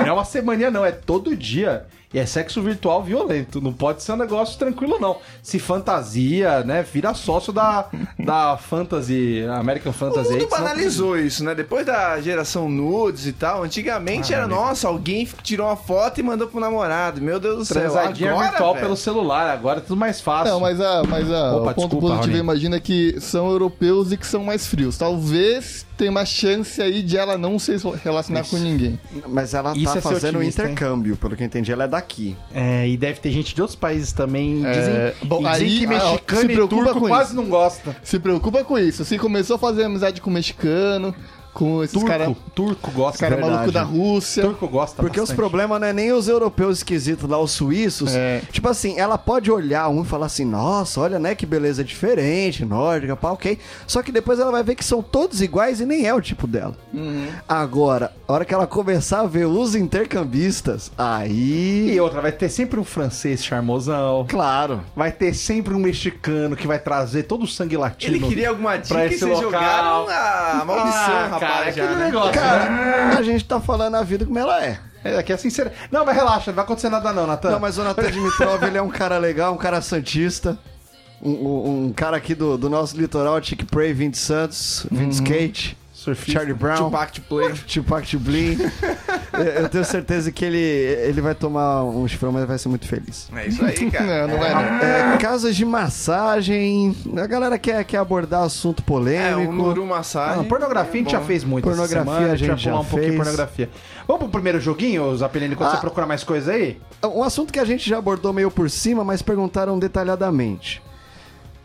S1: Não é uma semaninha, não. É todo dia. E é sexo virtual violento. Não pode ser um negócio tranquilo, não. Se fantasia, né? Vira sócio da, da Fantasy, American
S2: O
S1: Fantasy.
S2: mundo
S1: que são-
S2: banalizou isso, né? Depois da geração nudes e tal,
S1: Ah,
S2: antigamente era, nossa, alguém tirou uma foto e mandou pro namorado. Meu Deus do céu,
S1: Transadinha
S2: agora,
S1: virtual
S2: velho,
S1: pelo celular. Agora é tudo mais fácil.
S4: Não, mas, a, mas a,
S1: Opa,
S4: o ponto
S1: desculpa,
S4: positivo,
S1: Raoni.
S4: imagina que são europeus e que são mais frios. Talvez tenha uma chance aí de ela não se relacionar com ninguém.
S3: Mas ela
S1: Isso
S3: tá
S1: é ser
S3: fazendo um
S1: otimista, hein?
S3: intercâmbio, pelo que eu entendi, ela é daqui.
S1: É, e deve ter gente de outros países também. Dizem,
S4: É, bom,
S1: e dizem
S4: aí,
S1: que
S4: ah,
S1: mexicano
S4: se
S1: e
S4: preocupa
S1: turco
S4: com
S1: quase
S4: isso.
S1: não gosta.
S4: Se preocupa com isso. Se começou a fazer amizade com mexicano, com esses
S1: Turco,
S4: caras
S1: turco gosta.
S4: é- cara
S1: verdade.
S4: maluco da Rússia.
S1: Turco gosta
S3: Porque os
S1: Tá bastante.
S3: problemas não é nem os europeus esquisitos lá, os suíços.
S4: É.
S3: Tipo assim, ela pode olhar um e falar assim, nossa, olha, né, que beleza diferente, nórdica, pá, ok. Só que depois ela vai ver que são todos iguais e nem é o tipo dela. Agora, a hora que ela começar a ver os intercambistas, aí...
S1: E outra, vai ter sempre um francês charmosão.
S3: Claro.
S1: Vai ter sempre um mexicano que vai trazer todo o sangue latino.
S2: Ele queria alguma dica
S1: pra
S2: e
S1: esse
S2: vocês
S1: local.
S2: jogaram a maldição,
S1: Ah,
S2: rapaz.
S1: cara, é
S2: já,
S1: aquele
S2: né?
S1: negócio.
S3: Cara, a gente tá falando a vida como ela é.
S1: É, aqui é sincero. Não, mas relaxa, não vai acontecer nada não, Natan.
S3: Não, mas o Natan Dimitrov, ele é um cara legal, um cara santista. Um, um- um cara aqui do, do nosso litoral, Chick Prey, Vince Santos, Vince Kate, Charlie Brown,
S2: Uhum. Tupac um Play. *laughs*
S3: Tupac Tublin. eu, eu tenho certeza que ele, ele vai tomar um chifrão, mas vai ser muito feliz.
S2: É isso aí,
S1: *laughs*
S2: cara.
S4: Não, não vai não.
S3: É, casas de massagem, a galera quer, quer abordar assunto
S2: É, um
S3: polêmico.
S2: Nuru Massagem.
S1: Não, pornografia a gente já
S2: é bom.
S1: fez muito.
S3: Pornografia
S1: essa semana,
S3: a gente
S1: vai
S3: já
S1: pular um pouquinho de
S3: fez.
S1: pornografia. Vamos pro primeiro joguinho, Zapelini, quando
S3: Ah.
S1: você procurar mais coisa aí?
S3: Um assunto que a gente já abordou meio por cima, mas perguntaram detalhadamente.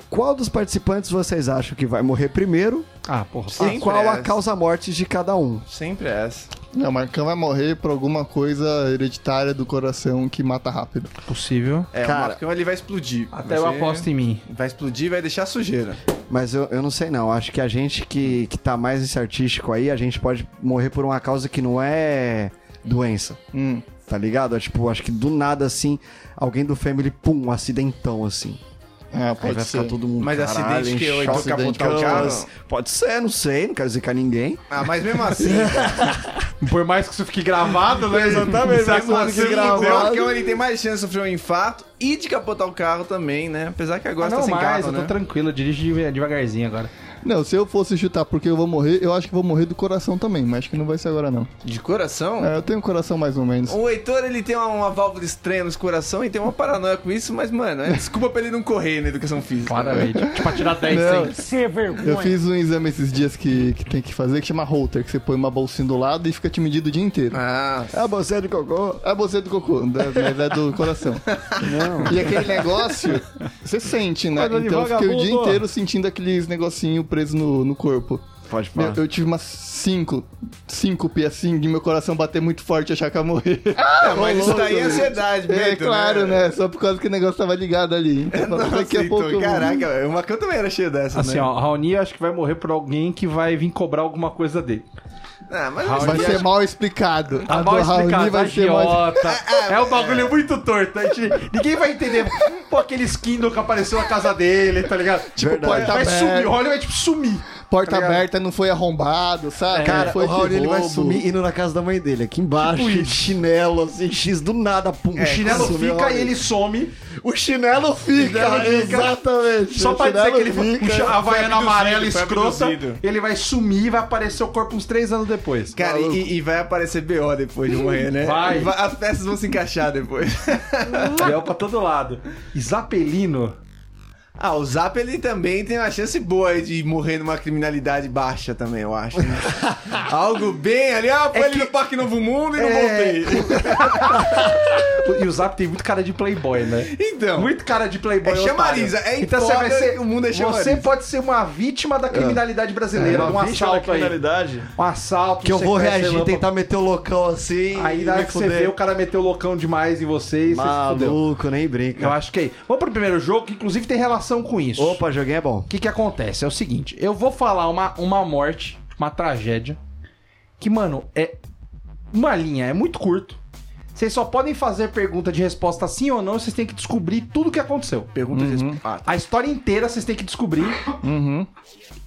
S3: Qual dos participantes vocês acham que vai morrer primeiro
S1: Ah, porra.
S2: Sim.
S3: e qual a
S2: parece.
S3: causa morte de cada um?
S2: Sempre é essa.
S4: Não, o Marcão vai morrer por alguma coisa hereditária do coração que mata rápido.
S1: Possível.
S2: É,
S3: Cara,
S2: o Marcão ele vai explodir.
S1: Até eu aposto em mim.
S2: Vai explodir e vai deixar sujeira.
S3: Mas eu, eu não sei não, acho que a gente que, que tá mais nesse artístico aí, a gente pode morrer por uma causa que não é doença,
S4: Hum.
S3: tá ligado? É, tipo, acho que do nada assim, alguém do Family, pum, um acidentão assim.
S4: Ah,
S3: Aí
S4: pode
S3: vai
S4: ser.
S3: ficar todo mundo,
S2: Mas
S3: caralho,
S2: acidente que eu
S3: em
S2: entro
S3: choque,
S4: capotar
S2: o carro,
S3: mas- Pode ser, não sei, não quero zicar ninguém.
S2: Ah, mas mesmo assim,
S1: *laughs*
S2: cara,
S1: Por mais que isso fique gravado, né?
S3: Exatamente,
S1: Isso
S3: mesmo assim,
S2: é
S1: aconteceu.
S3: gravado.
S2: o Marcão ele tem mais chance de sofrer um infarto e de capotar o carro também, né? Apesar que agora
S1: Ah,
S2: tá
S1: não
S2: sem
S1: mais,
S2: carro,
S1: eu tô
S2: né?
S1: tranquilo, eu dirijo deve- devagarzinho agora.
S4: Não, se eu fosse chutar porque eu vou morrer, eu acho que vou morrer do coração também, mas acho que não vai ser agora não.
S2: De coração?
S4: É, eu tenho um coração mais ou menos.
S2: O Heitor, ele tem uma, uma válvula estranha no coração e tem uma paranoia com isso, mas, mano, é desculpa pra ele não correr na educação física.
S1: Claramente. tipo, tirar 10
S4: Não.
S1: sem.
S7: Ser vergonha.
S4: Eu fiz um exame esses dias que, que tem que fazer, que chama Holter, que você põe uma bolsinha do lado e fica te medindo o dia inteiro.
S2: Ah,
S3: É a bolsinha de cocô.
S4: É a bolsinha do cocô, da- mas é do coração. Não. E aquele negócio, você sente, né?
S1: Coisa de
S4: Então eu fiquei o dia
S1: vagabundo.
S4: inteiro sentindo aqueles negocinho preso no, no corpo.
S3: Pode
S4: Meu, eu tive umas cinco, cinco assim, de meu coração bater muito forte e achar que ia morrer.
S2: é, mas isso daí é ansiedade,
S4: Ah, É
S2: medo,
S4: claro, né? Só por causa que o negócio tava ligado ali. Então,
S2: Nossa,
S4: daqui a
S2: então,
S4: pouco. eu-
S2: Caraca, velho, o Marcão também era cheio dessa,
S1: Assim,
S2: né?
S1: ó, Raoni eu acho que vai morrer por alguém que vai vir cobrar alguma coisa dele.
S2: Ah, mas
S1: Raul-
S4: Vai
S1: Raoni
S4: ser
S1: acho-
S4: mal explicado.
S1: Tá
S4: A
S1: mal
S4: do Raoni
S1: explicado,
S4: vai ser mal
S1: agiota.
S4: *laughs*
S1: É um bagulho muito torto. a gente- ninguém vai entender. Pô, aquele Kindle que apareceu na casa dele, tá ligado? Tipo, vai
S4: Verdade. Tá
S1: sumir.
S4: aberto.
S1: O Raul vai, tipo, sumir.
S4: Porta
S1: Tá ligado?
S4: aberta, não foi arrombado, sabe?
S3: Cara,
S4: não foi
S3: o Raul
S4: de
S3: ele vai
S4: roubo.
S3: sumir indo na casa da mãe dele, aqui embaixo, de *laughs* chinelo, assim, X do nada, pum.
S4: É,
S1: O chinelo
S3: sumiu,
S1: fica
S3: Raul.
S1: e ele some.
S3: O chinelo fica,
S1: O chinelo fica.
S3: exatamente.
S1: Só
S3: O
S1: pra dizer
S3: chinelo
S1: que ele
S3: fica.
S1: puxa a havaiana
S8: abduzido,
S1: amarela
S8: foi
S1: escrota,
S8: abduzido.
S1: ele vai sumir e vai aparecer o corpo uns três anos depois.
S2: *laughs* Cara, e, e vai aparecer BO depois de morrer, né?
S1: Vai.
S2: As peças vão se encaixar depois. *laughs*
S1: Léo pra todo lado. E Zapelino.
S2: Ah, o Zap ele também tem uma chance boa aí de morrer numa criminalidade baixa também, eu
S1: *laughs*
S2: acho. né? Algo bem ali, ah, foi ali no Parque Novo Mundo e não
S1: É.
S2: voltei. *laughs*
S1: E o Zap tem muito cara de playboy, né?
S2: Então,
S1: Muito cara de playboy.
S2: É
S1: otário.
S2: chamariz, é
S1: então você vai
S2: foda
S1: ser.
S2: que o mundo é chamariz.
S1: Você pode ser uma vítima da criminalidade brasileira, de um assalto aí.
S8: criminalidade.
S1: Um assalto,
S3: Que eu vou
S1: sequestro,
S3: reagir,
S1: relâmpago.
S3: tentar meter o loucão assim.
S1: Aí
S3: e
S1: na
S3: me
S1: hora que você
S3: fuder.
S1: vê, o cara meteu loucão demais em você e você se fudeu.
S3: Maluco, nem brinca.
S1: Eu acho que é aí. Vamos pro primeiro jogo, que inclusive tem relação com isso.
S3: Opa, joguinho é bom.
S1: O que que acontece? É o seguinte, eu vou falar uma, uma morte, uma tragédia, que, mano, é uma linha, é muito curto. Vocês só podem fazer pergunta de resposta sim ou não, vocês têm que descobrir tudo o que aconteceu.
S2: pergunta de resposta.
S1: A história inteira vocês têm que descobrir.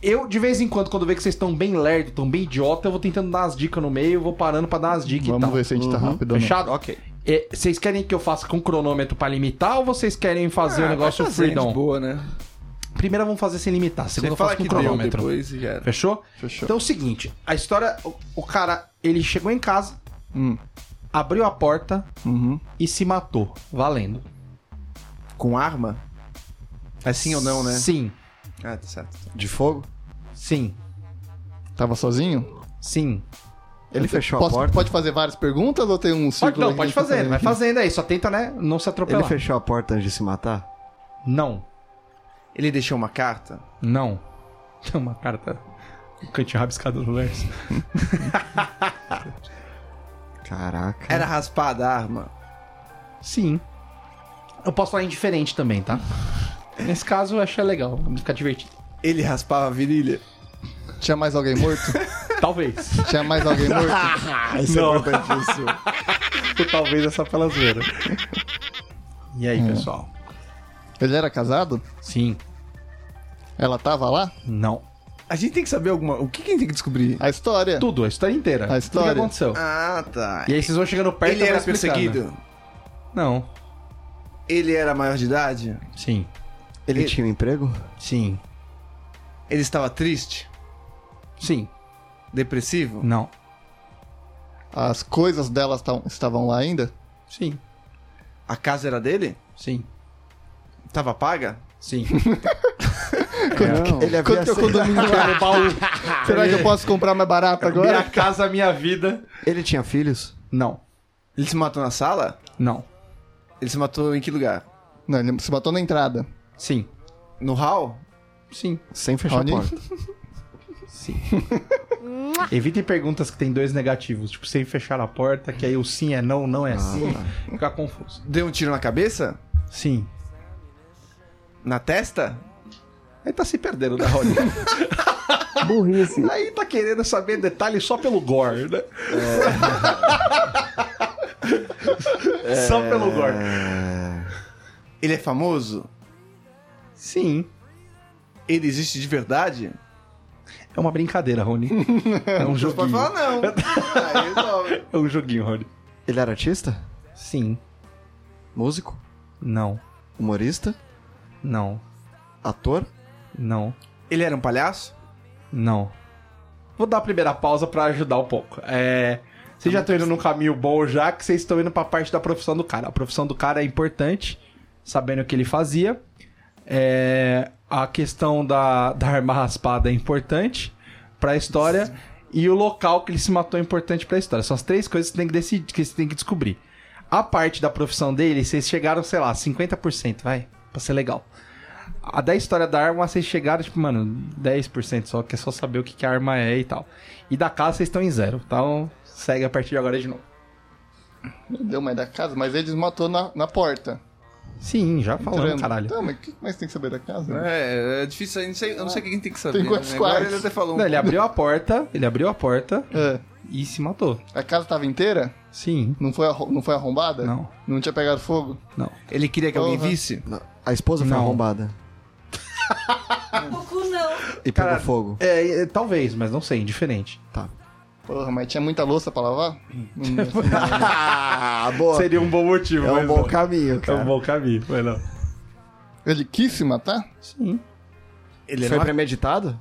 S1: Eu, de vez em quando, quando eu vejo que vocês estão bem lerdo, tão bem idiota, eu vou tentando dar as dicas no meio, eu vou parando pra dar as dicas e
S4: Vamos
S1: tal.
S4: ver se a gente tá rápido ou não.
S1: Fechado? Ok. Vocês querem que eu faça com cronômetro pra limitar ou vocês querem fazer o negócio freedom?
S2: boa, né?
S1: Primeira vamos fazer sem limitar, segunda
S2: Você
S1: eu faço
S2: fala
S1: com
S2: que deu
S1: cronômetro.
S2: depois e já era.
S1: Fechou?
S4: Fechou.
S1: Então é o seguinte, a história, o, o cara, ele chegou em casa,
S2: Hum.
S1: abriu a porta
S2: Uhum.
S1: e se matou, valendo.
S2: Com arma? É sim ou não, né?
S1: Sim,
S2: Ah, tá certo.
S3: De fogo?
S1: sim,
S4: Tava sozinho?
S1: sim.
S3: Ele fechou a
S4: Posso-
S3: porta.
S4: Pode fazer várias perguntas ou tem um
S1: Pode,
S4: círculo?
S1: não,
S4: aqui
S1: pode
S4: que a gente
S1: fazer, vai
S4: aqui?
S1: fazendo aí, só tenta, né, não se
S3: Ele
S1: atropelar.
S3: fechou a porta antes de se matar?
S1: Não,
S2: Ele deixou uma carta?
S1: não. *laughs* Tem uma carta, um cantinho rabiscado no verso. É,
S3: Caraca.
S2: Era raspada a arma?
S1: Sim. Eu posso falar indiferente também, tá? Nesse caso, eu achei legal, ficar *laughs* divertido.
S2: Ele raspava a virilha?
S4: Tinha mais alguém morto?
S3: *laughs*
S1: Talvez.
S4: Tinha mais alguém morto?
S1: não. *laughs* Talvez é só pela zoeira. E aí, pessoal?
S4: Ele era casado?
S1: Hum. Sim.
S4: Ela tava lá?
S1: Não.
S2: *laughs*
S1: É
S2: A gente tem que saber alguma... O que, que a gente tem que descobrir?
S4: A história?
S1: Tudo, a história inteira.
S4: A história.
S1: Tudo que aconteceu.
S2: Ah, tá.
S1: E aí vocês vão chegando perto
S2: Ele
S1: eu vou
S2: era
S1: explicando.
S2: perseguido?
S1: Não.
S2: né? Ele era maior de idade?
S1: Sim.
S3: Ele tinha um emprego?
S1: Sim.
S2: Ele estava triste?
S1: Sim.
S2: Depressivo?
S1: Não.
S4: As coisas delas tavam- estavam lá ainda?
S1: Sim.
S2: A casa era dele?
S1: Sim.
S2: Tava paga?
S1: *laughs* Sim.
S3: Não. Ele havia,
S4: Quanto que é o condomínio
S3: *laughs*
S4: era? Será que eu posso comprar mais barato
S3: um
S4: agora?
S1: Minha casa, minha vida.
S3: ele tinha filhos?
S1: Não.
S2: Ele se matou na sala?
S1: Não.
S2: Ele se matou em que lugar?
S4: Não, ele se matou na entrada.
S1: Sim.
S2: No hall?
S1: Sim.
S3: Sem fechar
S4: Raoni?
S3: a porta.
S1: Sim. Evitem perguntas que tem dois negativos, tipo, sem fechar a porta, que aí o sim é não, não é sim.
S4: Ah.
S1: Fica confuso.
S2: Deu um tiro na cabeça?
S1: Sim.
S2: Na testa?
S1: Aí tá se perdendo da roda.
S7: Burrice.
S1: Aí tá querendo saber detalhes só pelo gore, né? Só pelo gore.
S2: Ele é famoso?
S1: Sim.
S2: Ele existe de verdade?
S1: É uma brincadeira, Rony. É um
S2: Você
S1: joguinho.
S2: pode falar não. Aí resolve.
S1: É um joguinho, Rony.
S3: Ele era artista?
S1: Sim.
S3: Músico?
S1: Não.
S3: Humorista?
S1: Não.
S3: Ator?
S1: Não.
S2: *laughs* Ele era um palhaço?
S1: Não. Vou dar a primeira pausa pra ajudar um pouco. É. Vocês já estão indo num caminho bom já, que vocês estão indo pra parte da profissão do cara. A profissão do cara é importante, sabendo o que ele fazia. É, a questão da, da arma raspada é importante pra história. E o local que ele se matou é importante pra história. São as três coisas que você tem que decidir, que você tem que descobrir. A parte da profissão dele, vocês chegaram, sei lá, 50%, vai, pra ser legal. A da história da arma, vocês chegaram, tipo, mano, 10% só, que é só saber o que, que a arma é e tal. E da casa, vocês estão em zero. Então, segue a partir de agora de novo.
S4: Deu mais da casa, mas ele matou na, na porta.
S1: Sim, já falando,
S4: Entrando.
S1: caralho.
S4: Então, mas o que mais tem que saber da casa?
S2: É, é difícil, eu não sei, eu não sei o que a gente tem que saber. né?
S4: Tem quantos
S2: Agora
S4: quartos?
S2: ele até falou um
S1: Não, ele abriu a porta, ele abriu a porta,
S4: É.
S1: e se matou.
S4: A casa tava inteira?
S1: Sim.
S4: Não foi, arro- não foi arrombada?
S1: Não.
S4: Não tinha pegado fogo?
S1: Não.
S2: Ele queria que alguém
S4: Porra.
S2: visse?
S3: Não, A esposa foi
S1: Não.
S3: arrombada
S6: O cu não.
S3: e pegou fogo.
S1: É, é, talvez, mas não sei, indiferente.
S4: Porra, mas tinha muita louça pra lavar?
S1: *laughs*
S3: *laughs* Ah, boa.
S1: Seria um bom motivo,
S3: É um
S1: mas
S3: bom
S1: não.
S3: caminho,
S1: É
S4: Então,
S3: cara.
S1: um bom caminho, mas não.
S4: Ele quis se matar?
S1: Sim.
S2: Ele
S3: Foi
S1: é-
S2: era, uma...
S3: premeditado?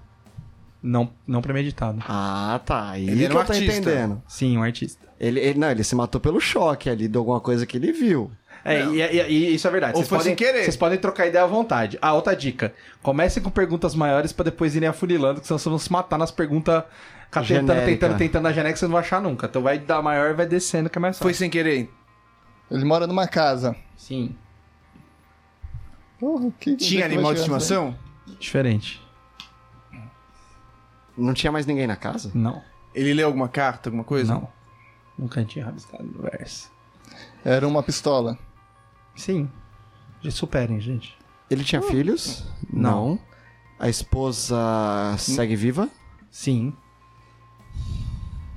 S1: Não, não premeditado.
S3: Ah, tá. Aí
S2: Ele
S1: é
S3: ele
S2: era
S3: que
S2: um
S3: eu tô
S2: artista.
S3: entendendo.
S1: Sim, um artista.
S3: Ele, ele- não, ele se matou pelo choque ali de alguma coisa que ele viu.
S1: É, e, e- e isso é verdade.
S2: Ou
S1: Vocês
S2: foi
S1: podem,
S2: sem querer.
S1: Vocês podem trocar ideia à vontade. Ah, outra dica. Comecem com perguntas maiores pra depois irem afunilando, que senão vocês vão se matar nas perguntas ca- tentando,
S3: Genérica.
S1: tentando, tentando na genética, vocês não vão achar nunca. Então vai dar maior e vai descendo, que é mais fácil.
S2: foi sem querer.
S4: Ele mora numa casa.
S1: Sim.
S4: Porra,
S2: Tinha
S4: que onde é que
S2: animal
S4: vai
S2: de
S4: chegar isso aí?
S2: estimação?
S1: Diferente.
S3: Não tinha mais ninguém na casa?
S1: Não.
S2: Ele leu alguma carta, alguma coisa?
S1: Não.
S2: é.
S1: Nunca tinha rabiscado no verso.
S4: Era uma pistola.
S1: Sim. Já superem, gente.
S3: Ele tinha filhos?
S1: Não.
S3: A esposa segue viva?
S1: Sim.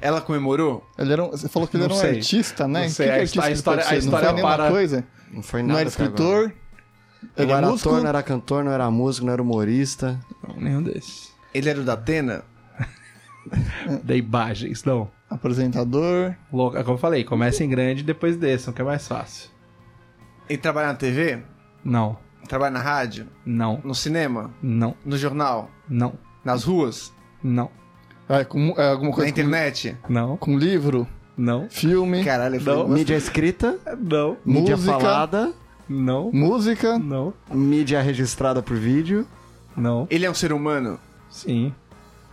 S2: Ela comemorou?
S4: Ele era um- você falou que ele
S1: Não
S4: era um
S1: sei.
S4: artista, né?
S1: Não
S4: O
S1: sei,
S4: que
S1: a
S4: que
S1: histó-
S4: artista
S1: a
S4: ele
S1: história-
S4: pode ser?
S1: a
S4: não
S1: história
S4: foi nenhuma
S1: para-
S4: coisa?
S3: Não foi nada.
S4: Não era
S3: até agora.
S4: escritor?
S3: Não
S4: Ele é
S3: era
S4: músico?
S1: né?
S3: ator, não era cantor, não era músico, não era humorista.
S1: Não, nenhum desses.
S2: Ele era o da Atena?
S1: Da imagens, não.
S4: Apresentador?
S1: Louca, é como eu falei, comecem grande e depois desçam, que é mais fácil.
S2: Ele trabalha na TV?
S1: Não,
S2: Trabalha na rádio?
S1: não,
S2: No cinema?
S1: não,
S2: No jornal?
S1: não,
S2: Nas ruas?
S1: não,
S4: Ah, é com- é alguma
S2: Na
S4: coisa com,
S2: internet?
S1: não,
S4: com livro?
S1: não,
S4: Filme?
S2: Caralho, um- eu falei,
S1: Não.
S2: "Nossa,
S4: *laughs*
S3: Mídia escrita,
S1: não,
S3: mídia
S4: Música.
S3: falada,
S1: não,
S4: Música?
S1: não,
S3: mídia registrada por vídeo.
S1: não,
S2: Ele é um ser humano?
S1: sim.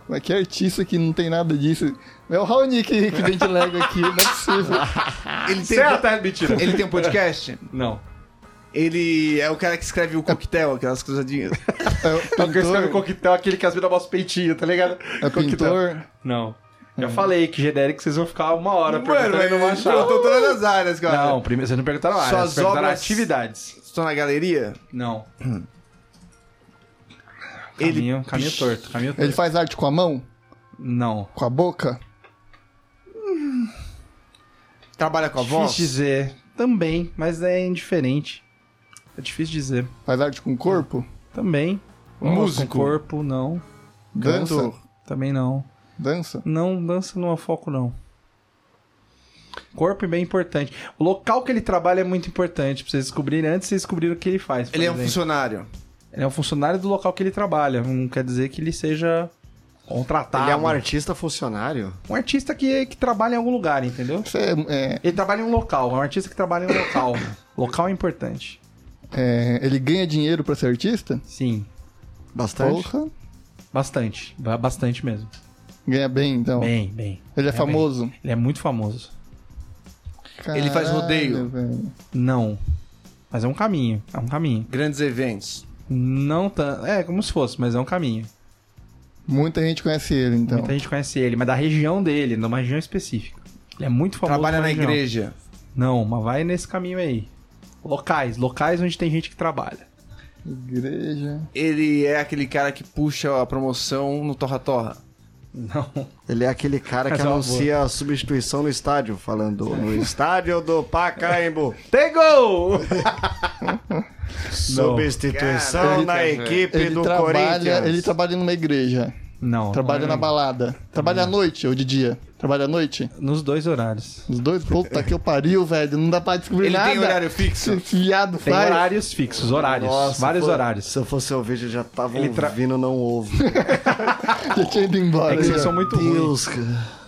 S4: Mas que artista que não tem nada disso? É o Raoni que, que vem de Lego aqui, não é
S1: *laughs*
S4: possível.
S2: Ele tem,
S1: Certo, é mentira.
S2: ele tem um *laughs* podcast?
S1: Não.
S2: Ele é o cara que escreve o coquetel, aquelas cruzadinhas.
S4: É o
S1: O que escreve
S4: pintor?
S1: coquetel é aquele que as minas mostra o peitinho, tá ligado?
S4: É pintor?
S1: Não. Já falei que genérico vocês vão ficar uma hora
S2: Mano,
S1: perguntando e
S2: mas
S1: não vão
S2: eu
S1: achar.
S2: tô todas as áreas, cara.
S1: Não, primeiro, vocês não perguntaram a área,
S2: Suas
S1: vocês perguntaram
S2: obras-
S1: atividades.
S2: Estou na galeria?
S1: Não.
S2: Ele-
S1: Caminho, caminho torto, caminho torto.
S4: Ele faz arte com a mão?
S1: Não.
S4: Com a boca?
S2: Trabalha com a
S1: Difícil
S2: voz?
S1: dizer. Também, mas é indiferente. É difícil dizer.
S4: Faz arte com o corpo?
S1: Também.
S2: Músico?
S1: Com corpo, não.
S4: Dança?
S2: Cantor?
S1: Também não.
S4: Dança?
S1: Não, dança não é foco, não. Corpo é bem importante. O local que ele trabalha é muito importante pra vocês descobrirem antes de vocês descobrirem o que ele faz. por
S2: Ele é um
S1: exemplo.
S2: funcionário.
S1: ele é um funcionário do local que ele trabalha. Não quer dizer que ele seja
S4: Tá.
S1: contratado.
S3: Ele é um artista funcionário?
S1: Um artista que, que trabalha em algum lugar, entendeu?
S4: Você é- é-
S1: Ele trabalha em um local. É um artista que trabalha em um local. local é importante.
S4: é, ele ganha dinheiro pra ser artista?
S1: Sim.
S3: Bastante?
S4: Porra.
S1: Bastante. Ba- Bastante mesmo.
S4: Ganha bem, então.
S1: Bem, bem.
S4: ele é,
S1: bem.
S4: famoso.
S1: Ele é muito famoso.
S2: Ele faz
S4: Caralho,
S2: rodeio.
S4: velho.
S1: Não. Mas é um caminho. É um caminho.
S2: Grandes eventos.
S1: Não tanto. É, como se fosse, mas é um caminho.
S4: Muita gente conhece ele, então.
S1: Muita gente conhece ele, mas da região dele, numa região específica. Ele é muito famoso.
S2: Trabalha na
S1: região.
S2: igreja.
S1: Não, mas vai nesse caminho aí. Locais, locais onde tem gente que trabalha. *laughs*
S4: Igreja.
S2: Ele é aquele cara que puxa a promoção no Torra Torra.
S1: Não.
S3: Ele é aquele cara que
S1: Essa é uma
S3: anuncia a substituição no estádio,
S4: *laughs*
S3: falando no estádio do Pacaembu.
S1: Tem gol!
S3: Substituição
S2: Caraca,
S3: na
S2: velho.
S3: equipe
S4: Ele
S3: do
S4: trabalha,
S3: Corinthians.
S4: ele trabalha numa igreja.
S1: Não.
S4: Trabalha na balada. Trabalha à noite ou de dia? Trabalha à noite?
S1: Nos dois horários.
S4: Os dois? Puta que eu pariu, velho. Não dá pra descobrir
S2: Ele
S4: nada.
S2: tem horário fixo?
S4: Esse viado
S1: Tem
S4: faz.
S1: horários fixos, horários.
S3: Nossa,
S1: vários
S3: pô,
S1: horários.
S3: Se eu fosse o vídeo, eu já tava
S1: Ele tra-
S3: ouvindo não ovo.
S4: Já tinha ido embora.
S1: É que vocês
S4: já.
S1: são muito ruins.
S3: Deus, cara.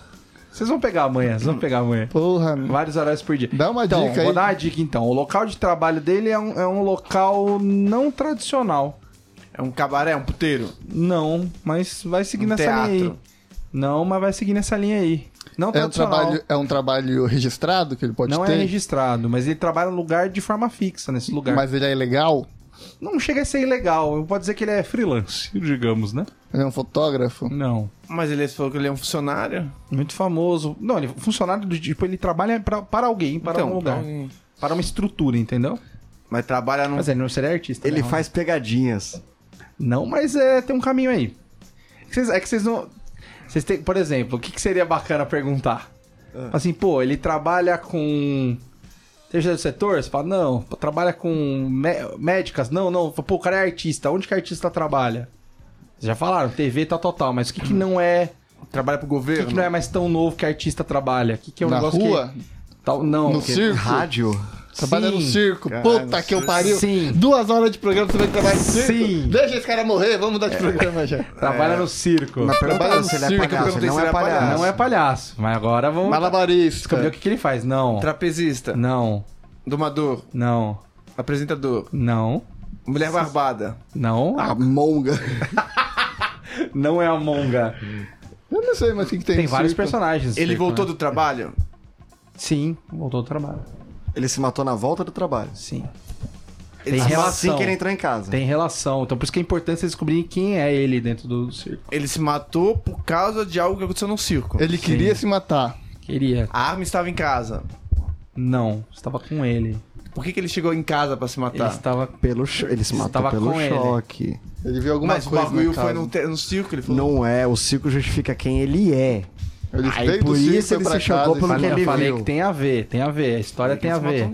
S1: Vocês vão pegar amanhã, vocês vão pegar amanhã.
S4: Porra,
S1: Vários horários por dia.
S4: Dá uma
S1: então,
S4: dica
S1: vou
S4: aí.
S1: dar uma dica então. O local de trabalho dele é um, é um local não tradicional.
S2: É um cabaré, um puteiro.
S1: Não, mas vai seguir
S2: Um
S1: nessa linha aí.
S2: teatro.
S1: Não, mas vai seguir nessa linha aí. Não
S4: é um,
S1: tradicional.
S4: trabalho, é um trabalho registrado que ele pode
S1: não é
S4: ter,
S1: registrado, mas ele trabalha no lugar de forma fixa nesse lugar.
S4: mas ele é legal.
S1: Não chega a ser ilegal. Eu posso dizer que ele é freelance, *laughs* digamos, né?
S4: Ele é um fotógrafo.
S1: Não.
S2: Mas ele falou que ele é um funcionário.
S1: Muito famoso. Não, ele é funcionário do tipo, ele trabalha pra, para alguém, para
S2: Então,
S1: um lugar.
S2: pra alguém.
S1: Para uma estrutura, entendeu?
S2: Mas trabalha num...
S1: Mas é ele não seria artista.
S3: Ele
S1: né?
S3: faz pegadinhas.
S1: Não, mas é, tem um caminho aí. É que vocês- É que vocês não. Vocês têm, por exemplo, o que, que seria bacana perguntar?
S4: Ah.
S1: Assim, pô, ele trabalha com. Terceiro setor? Você fala, não. Pô, Trabalha com mé- médicas? Não, não. Pô, o cara é artista. Onde que artista trabalha? Vocês já falaram, TV, tal, tal, tal. Mas o que, que não é.
S2: Trabalha pro
S1: O que,
S2: governo?
S1: que não é mais tão novo que artista trabalha? O que, que é um
S4: Na
S1: negócio que-
S4: rua?
S1: Tal, não.
S4: No
S1: que-
S4: circo?
S3: Rádio?
S4: Trabalha no
S1: Sim.
S4: circo. Puta que eu pariu.
S1: Sim.
S4: Duas horas de programa, você vai trabalhar no circo?
S1: Sim. É.
S4: Deixa esse cara morrer, vamos dar de programa já.
S1: Trabalha no circo.
S3: Mas
S4: Trabalha
S3: perguntaram
S4: no
S3: se ele é
S4: circo,
S3: palhaço.
S2: perguntei
S3: Ele não
S2: se ele
S3: é
S2: é palhaço.
S3: palhaço.
S1: Não é palhaço. Mas agora vamos
S4: Malabarista.
S1: descobrir o que, que ele faz. Não.
S4: Tá.
S1: Hum.
S2: Trapezista,
S1: Não.
S2: domador,
S1: Não.
S2: apresentador,
S1: Não.
S2: mulher barbada.
S1: Não.
S4: Ah, monga.
S1: Não é a Monga.
S4: Eu não sei mais o que, que tem.
S1: Tem
S4: no
S1: vários
S4: circo.
S1: personagens.
S2: Ele
S1: Circo,
S2: voltou
S1: né?
S2: do trabalho?
S1: Sim, voltou do trabalho.
S3: Ele se matou na volta do trabalho.
S1: Sim.
S3: Ele
S1: Tem
S3: se matou
S1: relação.
S3: assim que ele entrou em casa.
S1: Tem relação. Então por isso que é importante vocês descobrirem quem é ele dentro do circo.
S2: Ele se matou por causa de algo que aconteceu no circo.
S4: Ele queria se matar.
S1: Queria.
S2: A arma estava em casa.
S1: Não, estava com ele.
S2: Por que, que ele chegou em casa pra se
S1: Ele
S2: matar?
S1: estava.
S3: Pelo cho- Ele se matou
S1: Tava
S3: pelo
S1: com ele.
S3: choque.
S4: Ele viu alguma
S2: Mas o
S4: coisa.
S2: bagulho
S4: na
S2: foi
S4: casa.
S2: no, te- no circo, ele falou.
S3: Não é, o circo justifica quem ele é.
S4: Ele
S3: Aí,
S4: veio
S3: por
S4: do circo,
S3: isso
S4: foi
S3: ele
S4: pra
S3: se
S4: casa
S3: chocou
S4: e
S3: pelo
S4: falou,
S3: que
S1: Falei,
S3: ele
S1: eu falei
S3: viu.
S1: que tem a ver, tem a ver. A história tem a ver.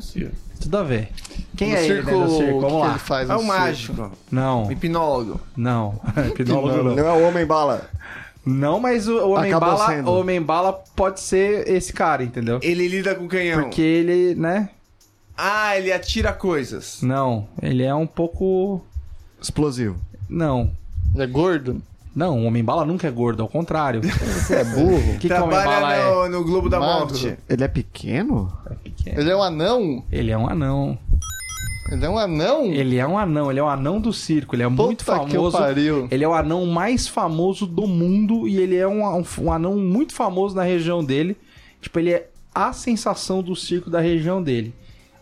S1: Tudo a ver. Quem
S4: No
S1: é ele
S4: circo,
S1: dentro do circo?
S4: o que
S1: Vamos
S4: que
S1: lá.
S4: ele faz
S2: É
S4: no
S2: o
S4: circo?
S2: mágico,
S1: Não,
S2: o hipnólogo.
S1: *laughs* não. Hipnólogo não.
S3: Não é o homem bala.
S1: Não, mas o o Homem
S3: Acabou
S1: Bala,
S3: sendo.
S1: o Homem Bala pode ser esse cara, entendeu?
S2: Ele lida com canhão.
S1: Porque ele, né?
S2: Ah, ele atira coisas.
S1: Não, ele é um pouco.
S3: Explosivo.
S1: Não.
S4: Ele é gordo?
S1: Não, o Homem Bala nunca é gordo, ao contrário. O
S4: Você é burro?
S1: que, que o Homem Bala
S2: Trabalha
S1: é?
S2: no, no Globo da
S4: Magro.
S2: Morte.
S3: Ele é pequeno?
S4: Ele é um anão?
S1: Ele é um anão.
S4: Ele é um anão?
S1: Ele é um anão, ele é um anão do circo, ele é
S4: Puta
S1: muito
S4: que eu
S1: famoso.
S4: pariu.
S1: Ele é o anão mais famoso do mundo e ele é um, um anão muito famoso na região dele. Tipo, ele é a sensação do circo da região dele.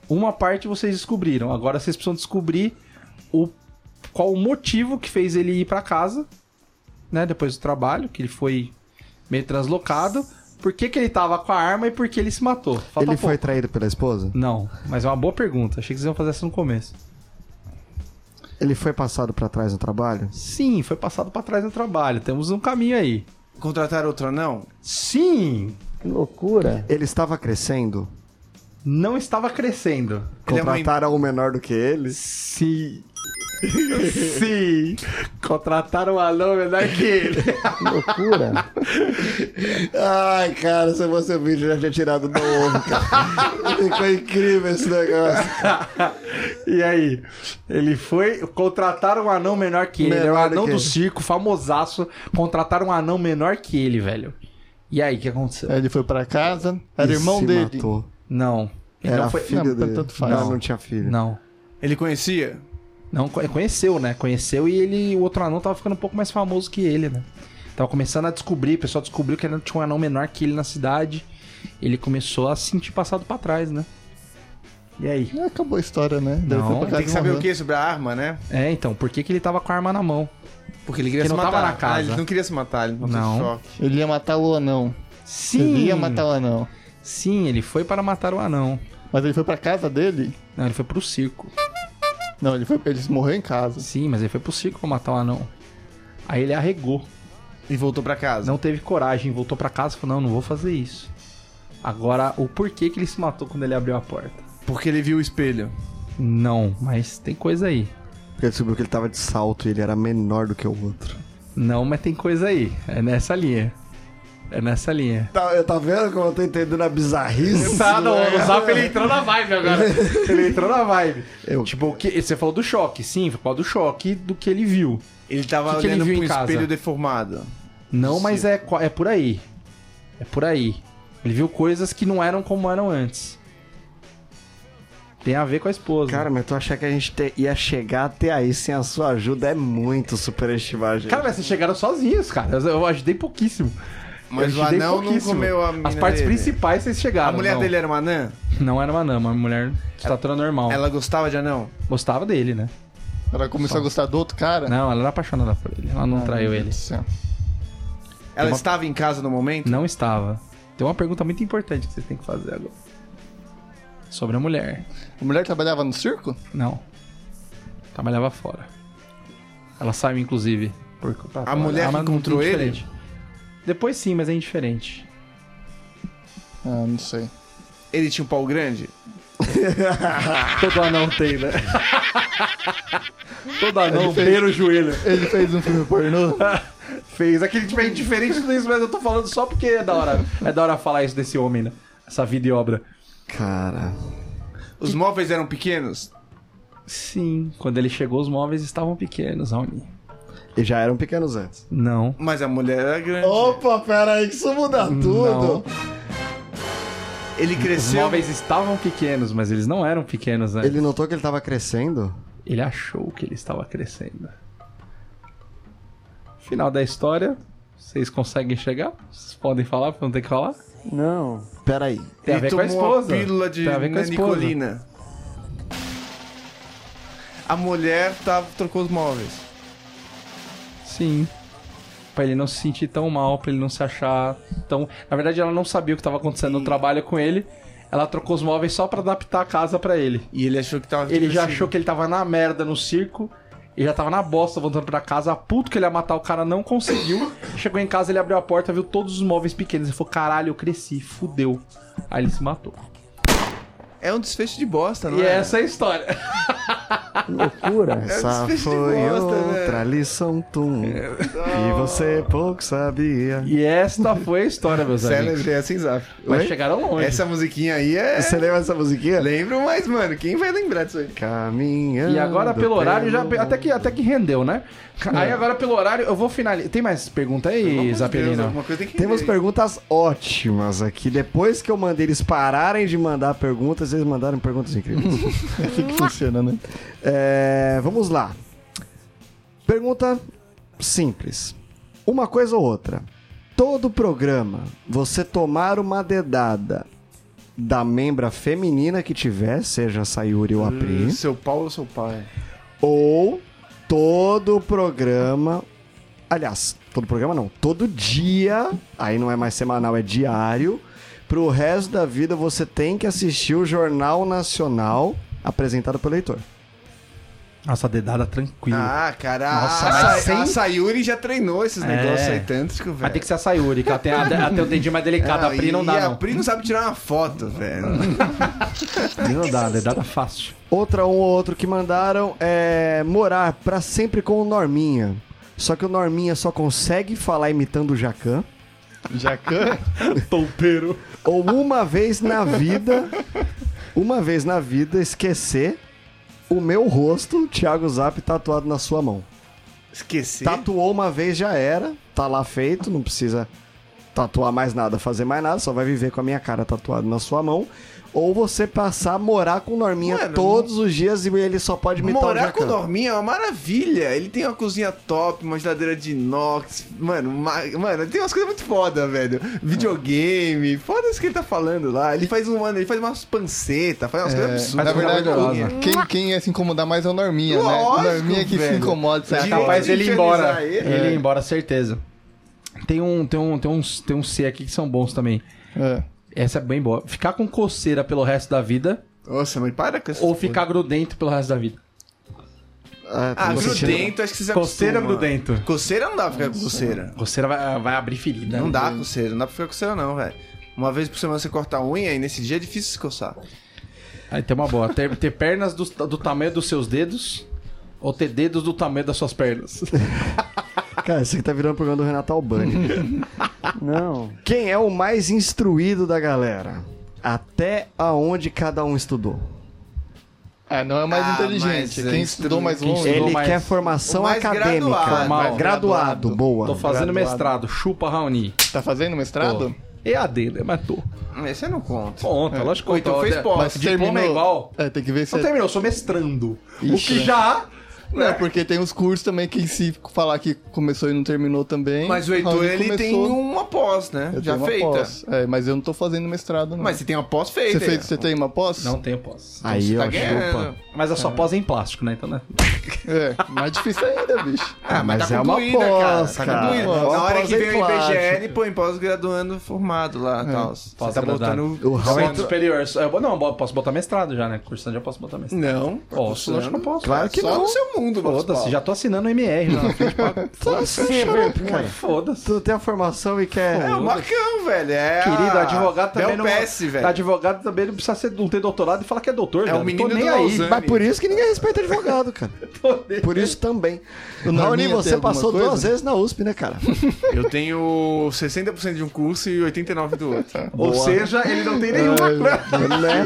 S1: Uma parte vocês descobriram, agora vocês precisam descobrir o, qual o motivo que fez ele ir pra casa, né? Depois do trabalho, que ele foi meio translocado. Por que, que ele tava com a arma e por que ele se matou? Falta
S3: ele
S1: pouco.
S3: foi traído pela esposa?
S1: Não, mas é uma boa pergunta. Achei que vocês iam fazer essa no começo.
S3: Ele foi passado pra trás no trabalho?
S1: Sim, foi passado pra trás no trabalho. Temos um caminho aí.
S2: Contrataram outro anão?
S1: Sim,
S7: Que loucura.
S3: Ele estava crescendo?
S1: não estava crescendo.
S2: Ele é uma
S3: Contrataram um menor do que ele?
S1: Sim. *laughs* Sim. Contrataram um anão menor que ele.
S7: Que loucura.
S3: Ai, cara, se fosse o vídeo, eu já tinha tirado do ovo, cara. *laughs* Ficou incrível esse negócio.
S1: E aí? Ele foi. Contrataram um anão menor que ele.
S3: Menor
S1: Ele era o anão
S3: que
S1: do
S3: ele.
S1: circo, famosaço. Contrataram um anão menor que ele, velho. E aí, o que aconteceu?
S3: É.
S4: Aí Ele foi pra casa, era
S3: E
S4: irmão
S3: se
S4: dele.
S3: Matou.
S1: Não. Ele
S3: Era
S1: não foi.
S3: filho
S4: não,
S3: dele.
S4: tanto faz.
S3: Não, não tinha filho.
S1: Não.
S2: Ele conhecia?
S1: Não, co- conheceu, né? Conheceu e ele, o outro anão tava ficando um pouco mais famoso que ele, né? Tava começando a descobrir, o pessoal descobriu que era- tinha um anão menor que ele na cidade. Ele começou a se sentir passado pra trás, né? E aí?
S4: Ah, Acabou a história, né? Deve
S1: Não,
S4: ser pra
S1: tem
S2: Tem
S4: casa
S2: que
S4: de um
S2: saber
S4: anão.
S2: o que sobre a arma, né?
S1: É, então, por que, que ele tava com a arma na mão?
S2: Porque ele queria
S1: Que
S2: se
S1: não
S2: matar.
S1: tava na casa.
S2: Ah, ele não queria se matar, ele matou
S1: Não.
S2: de choque.
S4: Ele ia matar o anão. Ele
S1: Sim!
S4: ia matar o anão.
S1: Sim, ele foi para matar o anão.
S4: Mas ele foi pra casa dele?
S1: Não, ele foi pro circo.
S4: Não, ele foi. Ele morreu em casa.
S1: Sim, mas ele foi pro circo pra matar o anão. Aí ele arregou.
S2: E voltou pra casa.
S1: Não teve coragem, voltou pra casa e falou: Não, não vou fazer isso. Agora, o porquê que ele se matou quando ele abriu a porta?
S2: Porque ele viu o espelho.
S1: Não, mas tem coisa aí.
S3: Porque ele descobriu que ele tava de salto e ele era menor do que o outro.
S1: Não, mas tem coisa aí. É nessa linha. É nessa linha.
S3: Tá, tá vendo como eu tô entendendo a bizarrice?
S1: Zap ele entrou na vibe
S2: *laughs*
S1: agora. ele entrou na vibe.
S3: Eu-
S1: Tipo, o que, você falou do choque, sim, foi por causa do choque do que ele viu.
S2: Ele tava
S1: Que que ele
S2: olhando
S1: viu
S2: pro
S1: em casa?
S2: espelho deformado.
S1: Não, mas é, qua- é por aí. É por aí. Ele viu coisas que não eram como eram antes. Tem a ver com a esposa.
S3: Cara, mas tu achar que a gente te- ia chegar até aí sem a sua ajuda é muito superestimar, a gente.
S1: Cara, mas vocês chegaram sozinhos, cara. Eu, eu ajudei pouquíssimo.
S2: Mas
S1: Eu
S2: o
S1: ajudei
S2: anão não
S1: pouquíssimo.
S2: comeu a mina
S1: As partes
S2: dele.
S1: principais vocês
S2: A
S1: chegaram.
S2: mulher
S1: não.
S2: dele era uma anã?
S1: Não era uma anã, uma mulher de estatura normal.
S2: Ela gostava de anão?
S1: Gostava dele, né?
S4: Ela começou a gostar do outro
S2: Ah.
S4: cara. Ah,
S1: Não, ela era apaixonada por ele. Ela não traiu ele.
S2: Ela estava em casa no momento?
S1: Não estava. Tem uma pergunta muito importante que vocês têm que fazer agora. Sobre a mulher.
S4: A mulher trabalhava no circo?
S1: Não. Trabalhava fora. Ah, Ela saiu, inclusive. Por...
S2: A mulher que encontrou ele?
S1: Depois sim, mas é indiferente.
S4: Ah, não sei.
S2: Ele tinha um pau grande?
S1: Todo anão tem, né? *laughs* Todo anão beira o joelho.
S4: Ele fez um filme pornô?
S1: Fez. Aquele tipo é *laughs* indiferente tudo isso, mas eu tô falando só porque é da hora. É da hora falar isso desse homem, né? Essa vida e obra.
S3: Cara.
S2: Os móveis eram pequenos?
S1: Sim, quando ele chegou, os móveis estavam pequenos, Raoni.
S3: E já eram pequenos antes.
S1: Não.
S2: Mas a mulher era grande.
S1: Oh.
S3: Opa, pera aí, que isso muda tudo.
S2: Ele
S1: Os
S2: cresceu.
S1: móveis estavam pequenos, mas eles não eram pequenos,
S4: É.
S1: né?
S3: Ele notou que ele tava crescendo?
S1: Ele achou que ele estava crescendo. Final da história, vocês conseguem chegar? Vocês podem falar, porque não tem que falar?
S7: Não.
S3: Pera aí.
S1: Tem a
S2: ele
S1: ver com a
S2: tomou
S1: esposa.
S2: pílula de
S1: Tem a ver com a esposa.
S2: Nicolina. A mulher tava, trocou os móveis.
S1: Sim. Pra ele não se sentir tão mal, pra ele não se achar tão. Na verdade, ela não sabia o que estava acontecendo no trabalho com ele. Ela trocou os móveis só pra adaptar a casa pra ele.
S2: E ele achou que tava.
S1: Ele já
S2: crescido.
S1: achou que ele tava na merda no circo. Ele já tava na bosta voltando pra casa, puto que ele ia matar o cara, não
S2: *laughs*
S1: conseguiu. Chegou em casa, ele abriu a porta, viu todos os móveis pequenos. Ele falou: caralho, eu cresci, fudeu. Aí ele se matou.
S2: É um desfecho de bosta, não
S1: E
S2: é?
S1: essa é a história.
S7: Que
S3: É
S7: loucura.
S3: Essa
S2: desfecho de
S3: foi
S2: bosta,
S3: outra lição tum. E você pouco sabia.
S1: E esta foi a história, meus amigos.
S2: Célebre é sem zap.
S1: Mas
S2: Oi?
S1: chegaram longe.
S2: Essa musiquinha aí é.
S3: Você lembra dessa musiquinha?
S2: Lembro, mas, mano, quem vai lembrar disso aí?
S3: Caminhando.
S1: E agora pelo horário já
S3: pelo-
S1: até que até que rendeu, né?
S2: É.
S1: Aí agora pelo horário eu vou finalizar. Tem mais pergunta aí, Zapelino?
S2: Alguma coisa tem que
S3: Temos
S2: render.
S3: perguntas ótimas aqui. Depois que eu mandei eles pararem de mandar perguntas, eles mandaram
S1: *laughs*
S3: perguntas incríveis.
S4: É assim que funciona, né?
S3: É, vamos lá. Pergunta simples. Uma coisa ou outra. Todo programa, você tomar uma dedada da membra feminina que tiver, seja a Sayuri ou a Pri,
S2: Seu pau ou seu pai?
S3: ou todo programa. Aliás, todo programa não, todo dia, aí não é mais semanal, é diário. Pro resto da vida você tem que assistir o Jornal Nacional apresentado pelo Heitor.
S1: Nossa, dedada tranquila.
S2: Ah, caralho.
S1: Nossa,
S2: a,
S1: mas
S2: Sa-
S1: sem-
S2: a Sayuri já treinou esses
S1: É.
S2: negócios aí tantos que,
S1: Mas
S2: velho.
S1: tem que ser a Sayuri, que ela tem, a, ela tem o dedinho mais delicado.
S2: Ah,
S1: a Pri não
S2: e
S1: dá,
S2: a
S1: não.
S2: Pri não sabe tirar uma foto,
S1: *laughs*
S2: velho.
S1: Não dá, dedada é fácil.
S3: Outra um ou outro que mandaram é morar pra sempre com o Norminha. Só que o Norminha só consegue falar imitando o Jacan.
S4: Jacan?
S1: Toupeiro.
S3: Ou uma vez na vida, uma vez na vida, esquecer o meu rosto, Thiago Zap, tatuado na sua mão.
S2: Esqueci.
S1: Tá
S3: Tatuou uma vez, já era. Tá lá feito, não precisa tatuar mais nada, fazer mais nada, só vai viver com a minha cara tatuada na sua mão. Ou você passar a morar com o Norminha
S2: Mano,
S3: todos os dias e ele só pode imitar o
S2: Morar
S3: Jacan.
S2: com o Norminha é uma maravilha. Ele tem uma cozinha top, uma geladeira de inox. Mano, ma- mano, ele tem umas coisas muito foda, velho. Videogame, foda isso que ele tá falando lá. Ele faz um, mano, ele faz umas pancetas, faz umas
S1: É,
S2: coisas absurdas. tá
S4: na verdade,
S2: maravilhosa.
S4: o- quem, quem ia se incomodar mais é o Norminha,
S2: Lógico,
S4: né? O Norminha que
S2: velho.
S4: se incomoda, sai
S2: Direito
S4: a cavalo.
S1: Mas
S2: de
S1: ele ia
S2: infernizar
S1: embora.
S2: ele.
S1: Ele, ia embora, certeza. Tem um, tem um, tem uns, tem uns C aqui que são bons também.
S4: É.
S1: Essa é bem boa. Ficar com coceira pelo resto da vida
S2: Nossa, mas para com essa.
S1: ou ficar grudento pelo resto da vida.
S3: Ah,
S2: Ah,
S3: tô sentindo-
S2: grudento, acho que vocês
S1: Coceira grudento.
S2: Coceira não dá pra ficar com coceira.
S1: Coceira vai, vai abrir ferida. né?
S2: Não dá coceira, não dá pra ficar com coceira, não, velho. Uma vez por semana você corta a unha e nesse dia é difícil se coçar.
S1: Aí tem uma boa. Ter, ter pernas do, do tamanho dos seus dedos ou ter dedos do tamanho das suas pernas.
S3: Cara, isso aqui tá virando o programa do Renato Albani.
S7: Não.
S3: Quem é o mais instruído da galera? Até aonde cada um estudou.
S4: Ah, não é o mais
S2: Ah,
S4: inteligente.
S2: mas
S4: é
S2: é
S4: Quem estudou mais
S1: instrumento.
S4: longe.
S1: Estudou
S3: Ele
S1: mais-
S3: quer formação
S2: o mais
S3: acadêmica.
S2: graduado.
S1: Formal.
S3: Graduado, boa.
S1: Tô fazendo
S4: Graduado.
S1: mestrado. Chupa, Raoni.
S4: Tá fazendo mestrado?
S1: EAD, né? Mas tô.
S2: Hum, Esse eu não conto.
S1: Conta, lógico que
S2: Ou então
S1: conta.
S2: fez
S1: Mas
S2: pós,
S1: Diploma é igual. né?
S4: É, tem que ver se
S1: Não
S4: é...
S1: terminou, eu sou mestrando. o
S4: Ixi,
S1: que
S4: é.
S1: já há... né?
S2: É.
S4: Não, É, porque tem os cursos também que se falar que começou e não terminou também.
S2: Mas o Heitor,
S4: Raoni
S2: ele tem
S4: começou.
S2: uma pós, né?
S4: Eu
S2: Já
S4: tenho uma
S2: feita.
S4: pós. É, mas eu não tô fazendo mestrado, não.
S2: Mas você tem uma pós feita.
S4: você, fez, você tem uma pós?
S1: Não tenho pós.
S3: Aí,
S2: tá
S3: ó,
S2: ganhando.
S3: chupa.
S1: Mas a sua pós é em plástico, né? Então, né?
S4: É, mais difícil ainda, bicho.
S2: Ah, mas,
S3: Mas
S2: tá
S3: é uma
S2: concluída,
S3: pós,
S2: cara. Tá
S3: cara.
S2: concluída.
S4: Uma
S2: Na hora
S3: pós
S2: que
S3: em
S2: vem o IBGN,
S3: plástico.
S2: põe pós-graduando formado lá
S4: É.
S2: e tal. Você tá
S1: Pós-graduado.
S2: botando...
S3: O Raul
S1: Ensino Então, superior. Eu, não, eu posso botar mestrado já, né? Cursando já posso botar mestrado.
S2: Não.
S1: Posso, lógico que eu posso.
S3: Claro que
S2: Só
S3: não.
S2: no seu mundo, mano.
S1: Foda-se, já tô assinando o MR lá na frente. *laughs*
S3: Você,
S1: Cara, Foda-se.
S3: Tu tem a formação e quer.
S2: É o Marcão, velho. É
S1: Querido,
S2: a...
S1: advogado também
S2: é o
S1: não.
S2: PS, velho.
S1: Advogado também não precisa ser, não ter doutorado e falar que é doutor.
S2: É
S1: velho.
S2: o
S1: tô
S2: menino
S1: nem
S2: do
S1: aí.
S2: Lausanne.
S3: Mas por isso que ninguém respeita advogado, cara.
S1: Tô nem-
S3: Por isso *laughs* também.
S4: O Norminha
S3: Raoni,
S4: tem
S3: você
S4: alguma
S3: passou
S4: coisa?
S3: duas vezes na USP, né, cara?
S2: Eu tenho 60% de um curso e 89% do
S1: *laughs*
S2: outro.
S5: Ou seja, ele não tem nenhuma.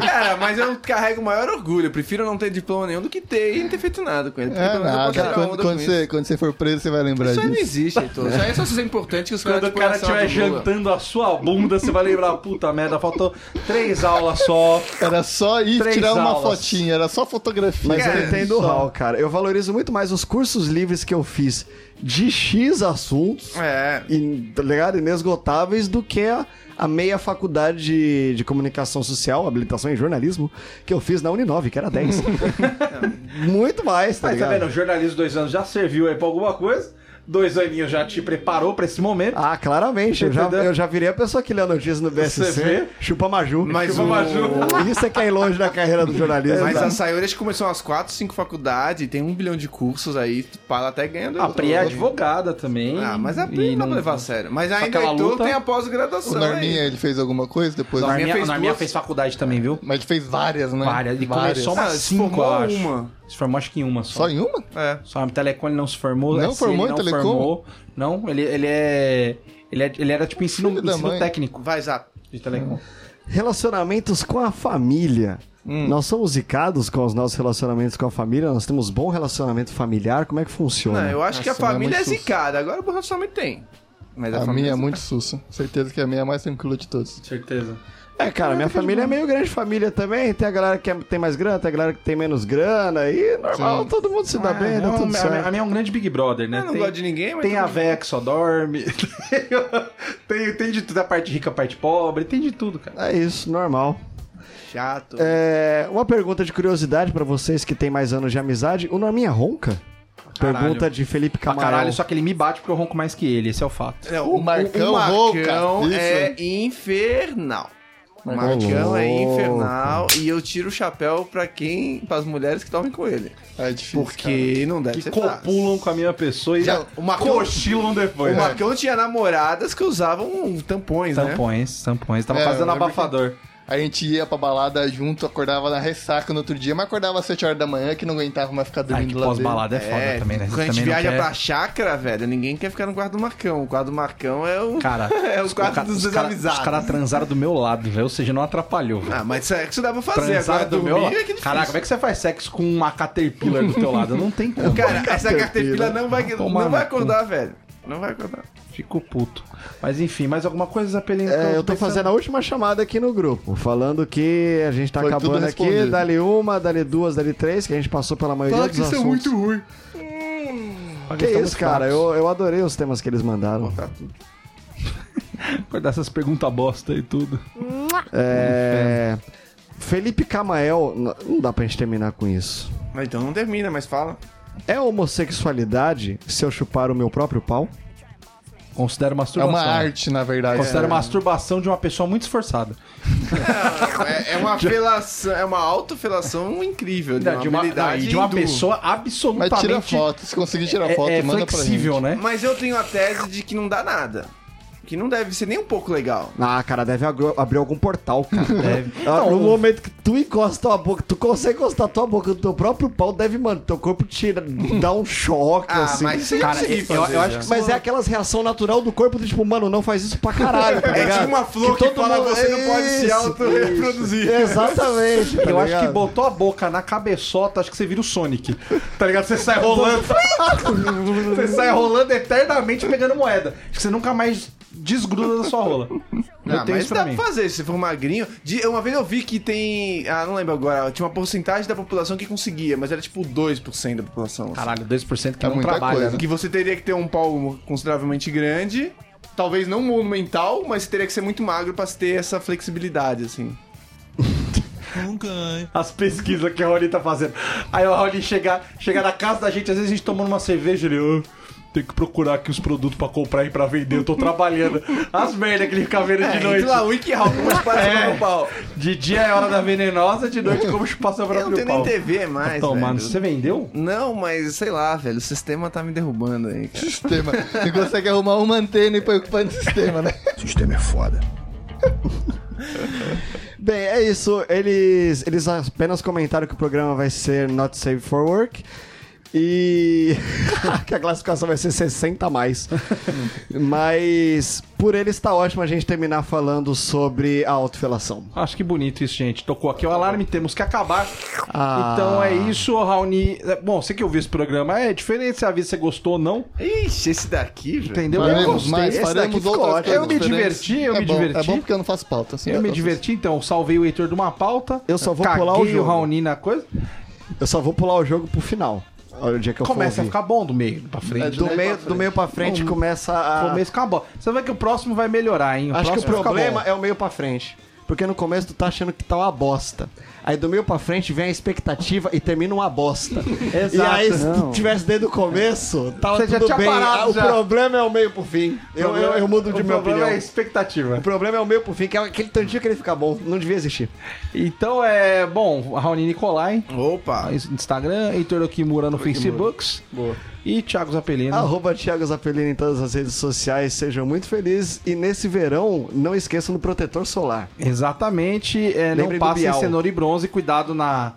S2: Cara, mas eu carrego o maior orgulho. Eu prefiro não ter diploma nenhum do que ter e não ter feito nada com ele. Porque
S4: É
S2: pelo menos eu posso
S4: nada.
S2: tirar
S4: Quando,
S2: onda
S4: quando
S2: com
S4: você, quando você for preso, você vai lembrar
S2: Isso aí não
S4: disso.
S2: existe, Heitor. Isso aí é só coisa importante que os caras
S1: Quando o cara estiver jantando a sua bunda, você vai lembrar, puta merda, faltou três aulas só.
S4: Era só ir
S1: Três
S4: tirar uma
S1: aulas.
S4: fotinha, era só fotografia.
S3: Mas
S2: Cara,
S3: eu entendo o Raul, cara. Eu valorizo muito mais os cursos livres que eu fiz de X assuntos,
S2: É.
S3: in- tá ligado? Inesgotáveis, do que a, a meia faculdade de, de comunicação social, habilitação em jornalismo, que eu fiz na Uninove, que era 10. *laughs* muito mais, tá
S1: Mas tá vendo,
S3: ligado?
S1: o jornalismo dois anos já serviu aí pra alguma coisa. Dois aninhos já te preparou pra esse momento.
S3: Ah, claramente. Eu já,
S1: Entendeu?
S3: eu já virei a pessoa que lê a notícia no
S1: Você
S3: BSC.
S1: vê?
S3: Chupa Maju.
S2: Mas
S1: Chupa
S2: o-
S1: Maju.
S3: Isso é que é ir longe da carreira do jornalismo. Tá.
S2: Mas
S3: cara.
S2: a Sayori acho que começou umas 4, 5 faculdades, tem um bilhão de cursos aí, ela até ganha do
S1: A Pri é advogada também.
S2: Ah, mas a
S1: E tá.
S2: Pri não dá pra levar a sério. Mas ainda o
S1: aquela
S2: Heitor
S1: luta-
S2: tem a
S4: O
S2: pós-graduação
S4: Norminha,
S2: aí.
S4: ele fez alguma coisa depois?
S1: O
S2: Norminha
S1: Norminha,
S2: fez
S1: o Norminha
S2: duas-
S1: fez faculdade também, viu?
S4: Mas ele fez várias, né?
S1: Várias. Ele começou
S2: Ah,
S1: umas
S2: ele se
S1: cinco, eu
S2: formou
S1: acho.
S2: uma.
S1: Se formou acho que em uma só.
S4: Só em uma?
S2: É.
S1: Só a Telecom ele não se formou.
S4: Não
S1: SC,
S4: formou
S1: ele
S4: em
S1: não
S4: Telecom?
S1: formou. Não, ele, ele é... Ele, é- ele era tipo ensino,
S4: Filho da
S1: ensino
S4: mãe.
S1: técnico
S2: Vai, Zap.
S1: de Telecom.
S3: Relacionamentos com a família. Nós somos zicados com os nossos relacionamentos com a família? Nós temos bom relacionamento familiar? Como é que funciona?
S2: Não, eu acho que a
S4: Nossa, minha
S2: família
S4: mãe
S2: é
S4: sussa.
S2: zicada. Agora o relacionamento tem. Mas a,
S4: A minha
S2: família
S4: é muito sussa. Certeza que a minha é a mais tranquila de todas.
S1: Certeza.
S3: É, cara, minha família é meio grande família também. Tem a galera que é- tem mais grana, tem a galera que tem menos grana. E normal,
S4: Sim.
S3: todo mundo se dá bem,
S1: É,
S3: dá
S1: um-
S3: tudo
S1: a-
S3: certo.
S1: a minha é um grande Big Brother, né?
S2: Eu não
S1: Tem-
S2: gosto de ninguém, mas.
S1: Tem a
S2: tudo
S1: véia que só dorme. *laughs* tem, tem de tudo. A parte rica, a parte pobre. Tem de tudo, cara.
S3: É isso, normal.
S2: Chato.
S3: É, uma pergunta de curiosidade pra vocês que têm mais anos de amizade. O Norminha ronca?
S1: caralho.
S3: Pergunta de Felipe
S1: Pra
S3: Camarão.
S1: caralho, só que ele me bate porque eu ronco mais que ele. Esse é o fato.
S2: Não,
S4: o Marcão
S2: o
S4: rouca. Isso. tá
S2: é infernal. O
S4: Marcão
S2: Marcão é
S3: louca.
S2: infernal e eu tiro o chapéu pra quem, pras mulheres que dormem com ele.
S4: É difícil.
S2: Porque não deve
S1: Que
S2: ser
S1: copulam com a minha pessoa e
S2: Não, o Marcão-
S1: cochilam
S2: fácil.
S1: depois. É.
S2: O Marcão tinha namoradas que usavam tampões, né?
S1: Tampões, tampões. Tava
S4: É,
S1: quase dando
S4: eu lembro
S1: abafador.
S4: A gente ia pra balada junto, acordava na ressaca no outro dia, mas acordava às 7 horas da manhã que não aguentava mais ficar
S1: Ai,
S4: dormindo
S1: que
S4: lá dentro.
S1: pós-balada é foda também, né?
S2: Quando a gente
S1: também não
S2: viaja
S1: quer-
S2: pra chácara, velho, ninguém quer ficar no quarto do Marcão. O quarto do Marcão é o,
S1: Cara,
S2: *laughs* é o
S1: os
S2: quarto
S1: ca-
S2: dos
S1: os cara-
S2: desavisados.
S1: Os caras transaram do meu lado, velho. Ou seja, não atrapalhou, velho.
S2: Ah, mas isso é que isso dá pra fazer.
S1: Transaram
S2: Agora
S1: do meu lado.
S2: dormir é que
S1: Caraca, como é que você faz sexo com uma Caterpillar do teu lado? Não tem como.
S2: Cara, essa Caterpillar não vai,
S1: Toma
S2: não vai
S1: no cu.
S2: acordar, velho. Não vai acordar.
S1: Fico puto. Mas enfim, mais alguma coisa, Zapelinho?
S3: É, eu tô fazendo a última chamada aqui no grupo, falando que a gente tá
S4: Foi tudo
S3: acabando aqui,
S4: respondido.
S3: dali uma, dali duas, dali três, que é a gente passou pela maioria dos assuntos.
S4: ruim.
S3: Que isso, cara, eu, eu adorei os temas que eles mandaram.
S1: Acordar essas perguntas bosta e tudo.
S3: É... Felipe Camael, n- não dá pra gente terminar com isso.
S2: Mas então não termina, mas fala.
S3: É homossexualidade se eu chupar o meu próprio pau?
S1: Considero
S4: É
S1: masturbação.
S4: uma arte, na verdade.
S1: Considero
S4: É.
S1: masturbação de uma pessoa muito esforçada.
S2: É,
S1: *laughs*
S2: é uma felação, é uma autofelação incrível. De uma,
S1: de uma,
S2: habilidade
S1: de uma
S2: hindu.
S1: pessoa
S4: Mas
S1: absolutamente...
S4: tira foto, se conseguir tirar
S1: é,
S4: foto,
S1: é
S4: manda
S1: flexível,
S4: pra gente.
S1: né?
S2: Mas eu tenho a tese de que não dá nada. Que não deve ser nem um pouco legal.
S3: Ah, cara, deve agro- abrir algum portal, cara. *laughs*
S1: Deve.
S3: Ah,
S1: Não,
S3: no momento que tu encosta a tua boca, tu consegue encostar a tua boca no teu próprio pau, deve, mano, teu corpo te dá um choque,
S2: *laughs* Ah,
S3: assim.
S2: mas isso eu
S1: Então, Cara,
S2: consegui
S1: eu-
S2: fazer
S1: eu acho
S2: já.
S1: que
S3: Mas é aquelas reação natural do corpo do tipo, mano, não faz isso pra caralho, tá
S2: *laughs* É
S3: ligado?
S2: tipo uma flor que,
S3: todo
S2: fala
S3: mundo-
S2: você não pode se
S3: Isso,
S2: auto-reproduzir.
S3: Exatamente. tá
S1: Eu acho que
S3: ligado?
S1: botou a boca na cabeçota, acho que você vira o Sonic. Tá ligado? Você sai rolando. você sai rolando eternamente pegando moeda. Acho que você nunca mais desgruda da sua rola. Eu
S2: Ah,
S1: tenho
S2: mas
S1: isso pra
S2: dá
S1: mim.
S2: pra fazer, se for magrinho. De- uma vez eu vi que tem. Ah, não lembro agora. Tinha uma porcentagem da população que conseguia, mas era tipo 2% da população. assim.
S1: Caralho, 2% que
S4: É
S1: não
S4: muita
S1: trabalha.
S4: coisa.
S1: né?
S2: Que você teria que ter um pau consideravelmente grande. Talvez não monumental, mas você teria que ser muito magro pra se ter essa flexibilidade, assim.
S1: As pesquisas que a Raoni tá fazendo. Aí o Raoni chega, chega na casa da gente, às vezes a gente tomando uma cerveja, ele. "Ô, Tem que procurar aqui os produtos pra comprar e pra vender, eu tô trabalhando. As merda que ele fica vendo É, de noite.
S2: É, lá, WikiHow, como as *laughs* paradas
S1: É.
S2: no pau.
S1: De dia é hora da venenosa, de noite como chupar seu
S2: Eu não
S1: próprio
S2: tenho nem
S1: pau.
S2: TV mais,
S1: Tá
S4: Então,
S1: Tomando,
S2: velho.
S1: você vendeu?
S2: Não, mas sei lá, velho, o sistema tá me derrubando aí, cara.
S4: *laughs* Sistema. Você consegue arrumar uma antena e põe ocupando o sistema, né?
S3: Bem, é isso. Eles, eles apenas comentaram que o programa vai ser Not Safe for Work. E *laughs* que a classificação vai ser 60
S1: *laughs*
S3: a mais. Mas por eles tá ótimo a gente terminar falando sobre a autofelação.
S1: Acho que bonito isso, gente. Tocou aqui é o alarme, temos que acabar.
S3: Ah.
S1: Então é isso, Raoni. É, Bom, você que ouviu esse programa, é diferente se a vida você gostou ou não.
S2: Ixi, esse daqui, velho.
S1: Entendeu? Eu
S4: Faremos
S1: gostei.
S4: mais,
S1: Esse daqui
S4: faremos
S1: ficou
S4: outras
S1: ótimo. Eu me
S4: coisas diferentes.
S1: diverti, eu
S4: É
S1: me
S4: bom,
S1: diverti.
S4: É bom porque eu não faço pauta. Assim,
S1: Eu me
S4: faço-
S1: diverti, então. Salvei o Heitor de uma pauta.
S3: Eu só vou
S1: Caguei
S3: pular o
S1: o
S3: jogo.
S1: Raoni na coisa.
S3: Eu só vou pular o jogo pro final. Olha o dia que eu for
S1: Começa a
S3: ouvir.
S1: ficar bom do meio pra frente.
S3: É, do meio, do meio pra frente começa a.
S1: Começo fica bom. Você vê que o próximo vai melhorar, hein?
S3: Acho que o
S1: próximo fica
S3: problema
S1: bom.
S3: é o meio pra frente. Porque no começo tu tá achando que tá uma bosta. Aí do meio pra frente vem a expectativa e termina uma bosta. *laughs* Exato. E aí se tu
S7: Não.
S3: tivesse desde o começo, tava
S1: Você já
S3: tudo
S1: tinha
S3: bem.
S1: parado
S3: Ah, o
S1: já.
S3: problema é o meio pro fim. Eu, eu, eu mudo de
S1: o problema
S3: minha opinião.
S1: é a expectativa.
S3: O problema é o meio pro fim, que é aquele tantinho que ele fica bom. Não devia existir.
S1: Então é. Bom, Raoni Nicolai,
S2: Opa.
S1: no Instagram, Heitor Okimura no Facebook. Boa. E Thiago Zapelino.
S3: Arroba Thiago Zapelino em todas as redes sociais. Sejam muito felizes. E nesse verão, não esqueçam do protetor solar.
S1: Exatamente. É, não
S3: Lembrem do
S1: passem
S3: Bial.
S1: cenoura e bronze. Cuidado na.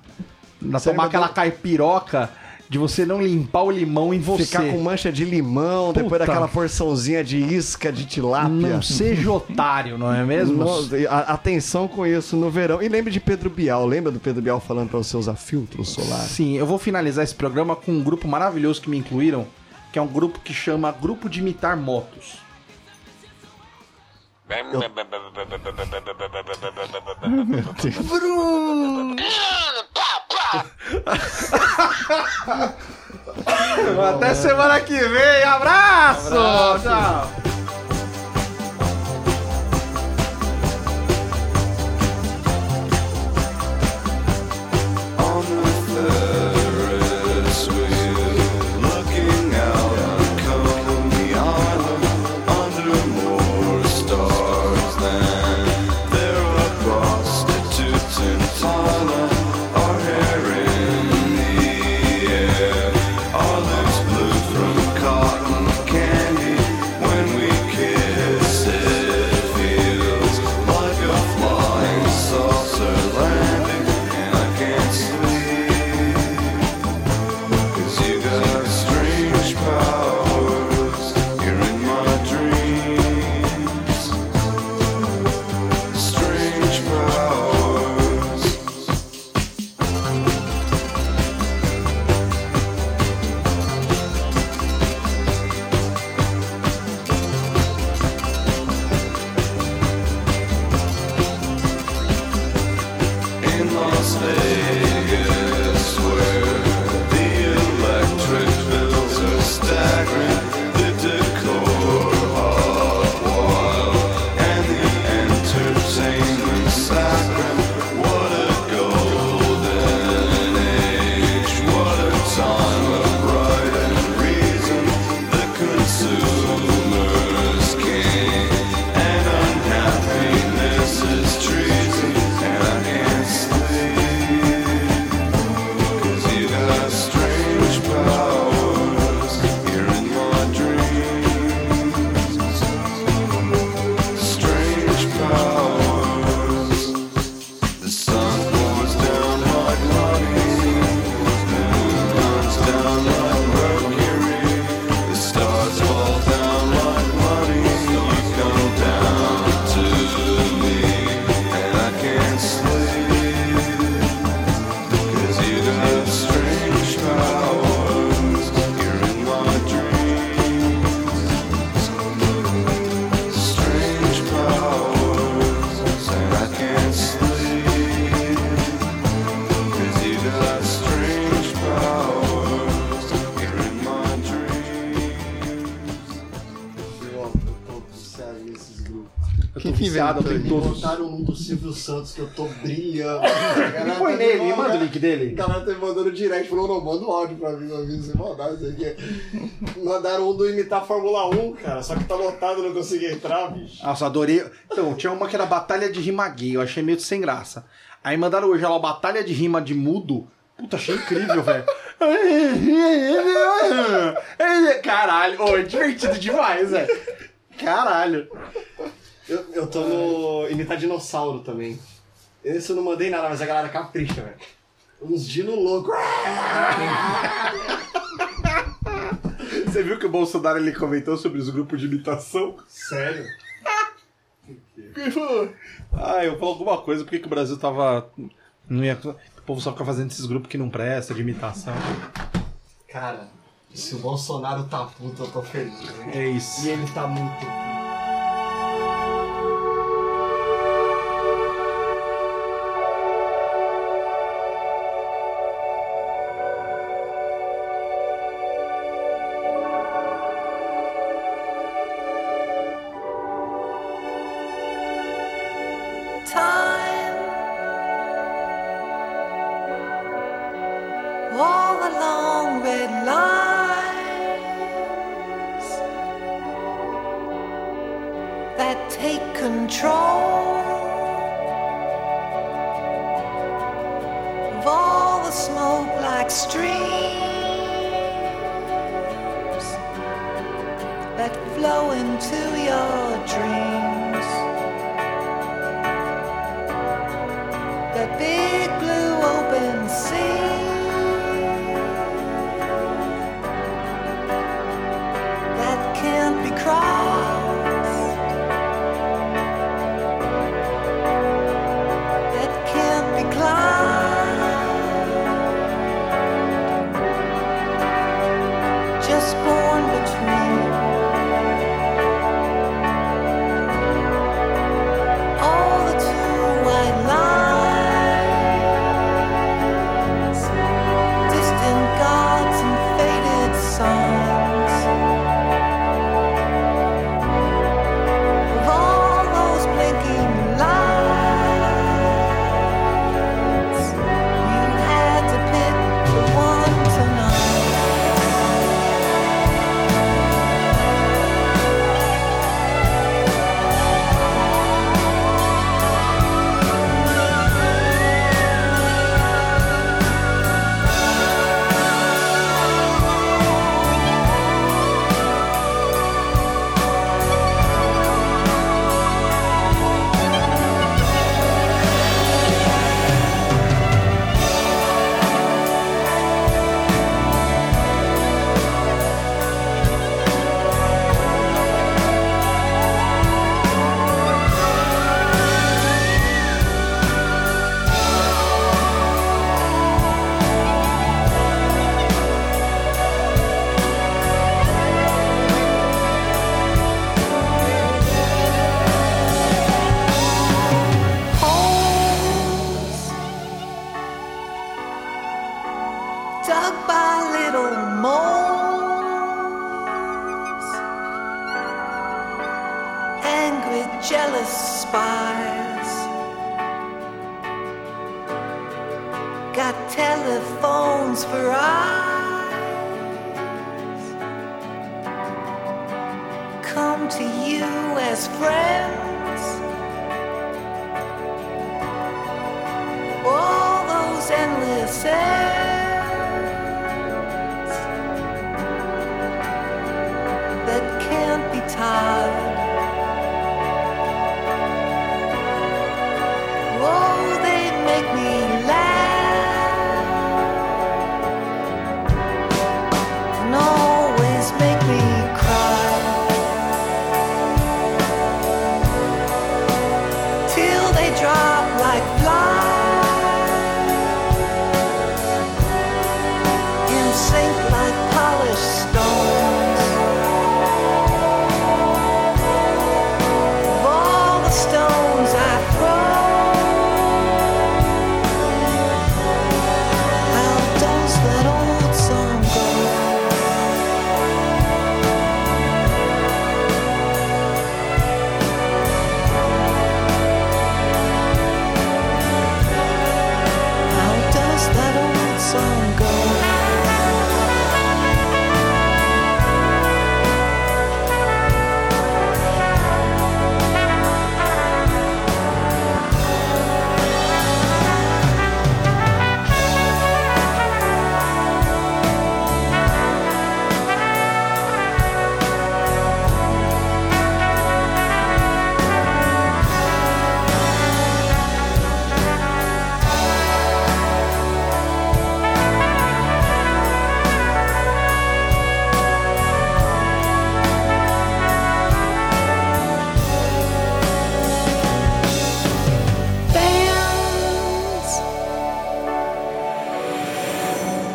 S1: na
S3: Você
S1: tomar
S3: lembra do-
S1: aquela caipiroca de você não limpar o limão em você.
S3: Ficar com mancha de limão, depois
S1: Puta.
S3: daquela porçãozinha de isca, de tilápia.
S1: Não seja otário, não é mesmo?
S3: Nossa, e a- atenção com isso no verão. E lembre de Pedro Bial. Lembra do Pedro Bial falando pra você usar filtro solar?
S1: Sim, eu vou finalizar esse programa com um grupo maravilhoso que me incluíram, que é um grupo que chama Grupo de Imitar Motos. Até semana que vem, abraço! Tchau!
S8: Cause
S1: viciado, eu tenho todos.
S3: Botaram um do Silvio Santos que eu tô brilhando.
S1: *laughs* Põe nele, manda o link
S3: O
S1: dele.
S3: cara tá me mandando direct, falou, não, manda o áudio pra mim, meu amigo, você mandar, não sei o quê. Mandaram um do imitar a Fórmula 1, cara, só que tá lotado, não consegui entrar, bicho.
S1: Nossa, adorei. Então, tinha uma que era Batalha de Rima Gay, eu achei meio sem graça. Aí mandaram hoje lá Batalha de Rima de Mudo. Puta, achei incrível, velho. *laughs* Caralho, ô, é divertido demais, velho. Caralho.
S3: Eu, eu tô no imitar dinossauro também. Esse eu não mandei nada, mas a galera capricha, velho. Uns dino louco.
S1: Você viu que o Bolsonaro ele comentou sobre os grupos de imitação?
S3: Sério?
S1: Ele falou, Ah, eu falo alguma coisa, porque que o Brasil tava. Não ia... O povo só fica fazendo esses grupos que não presta, de imitação.
S3: Cara, se o Bolsonaro tá puto, eu tô feliz. né?
S1: É isso.
S3: E ele tá muito.
S6: time all along with lies that take control of all the smoke like streams that flow into your dreams. the big blue open sea. That can't be crossed. That can't be climbed. Just born between. All the two white lines, distant gods and faded songs. Of all those blinking lights, you had to pick the one to know. holes dug by little moles, angry, jealous spies. Got telephones for eyes. Come to you as friends. all those endless ends that can't be tied. Oh, they make me laugh and always make me cry till they drop like flies.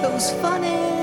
S6: was funny.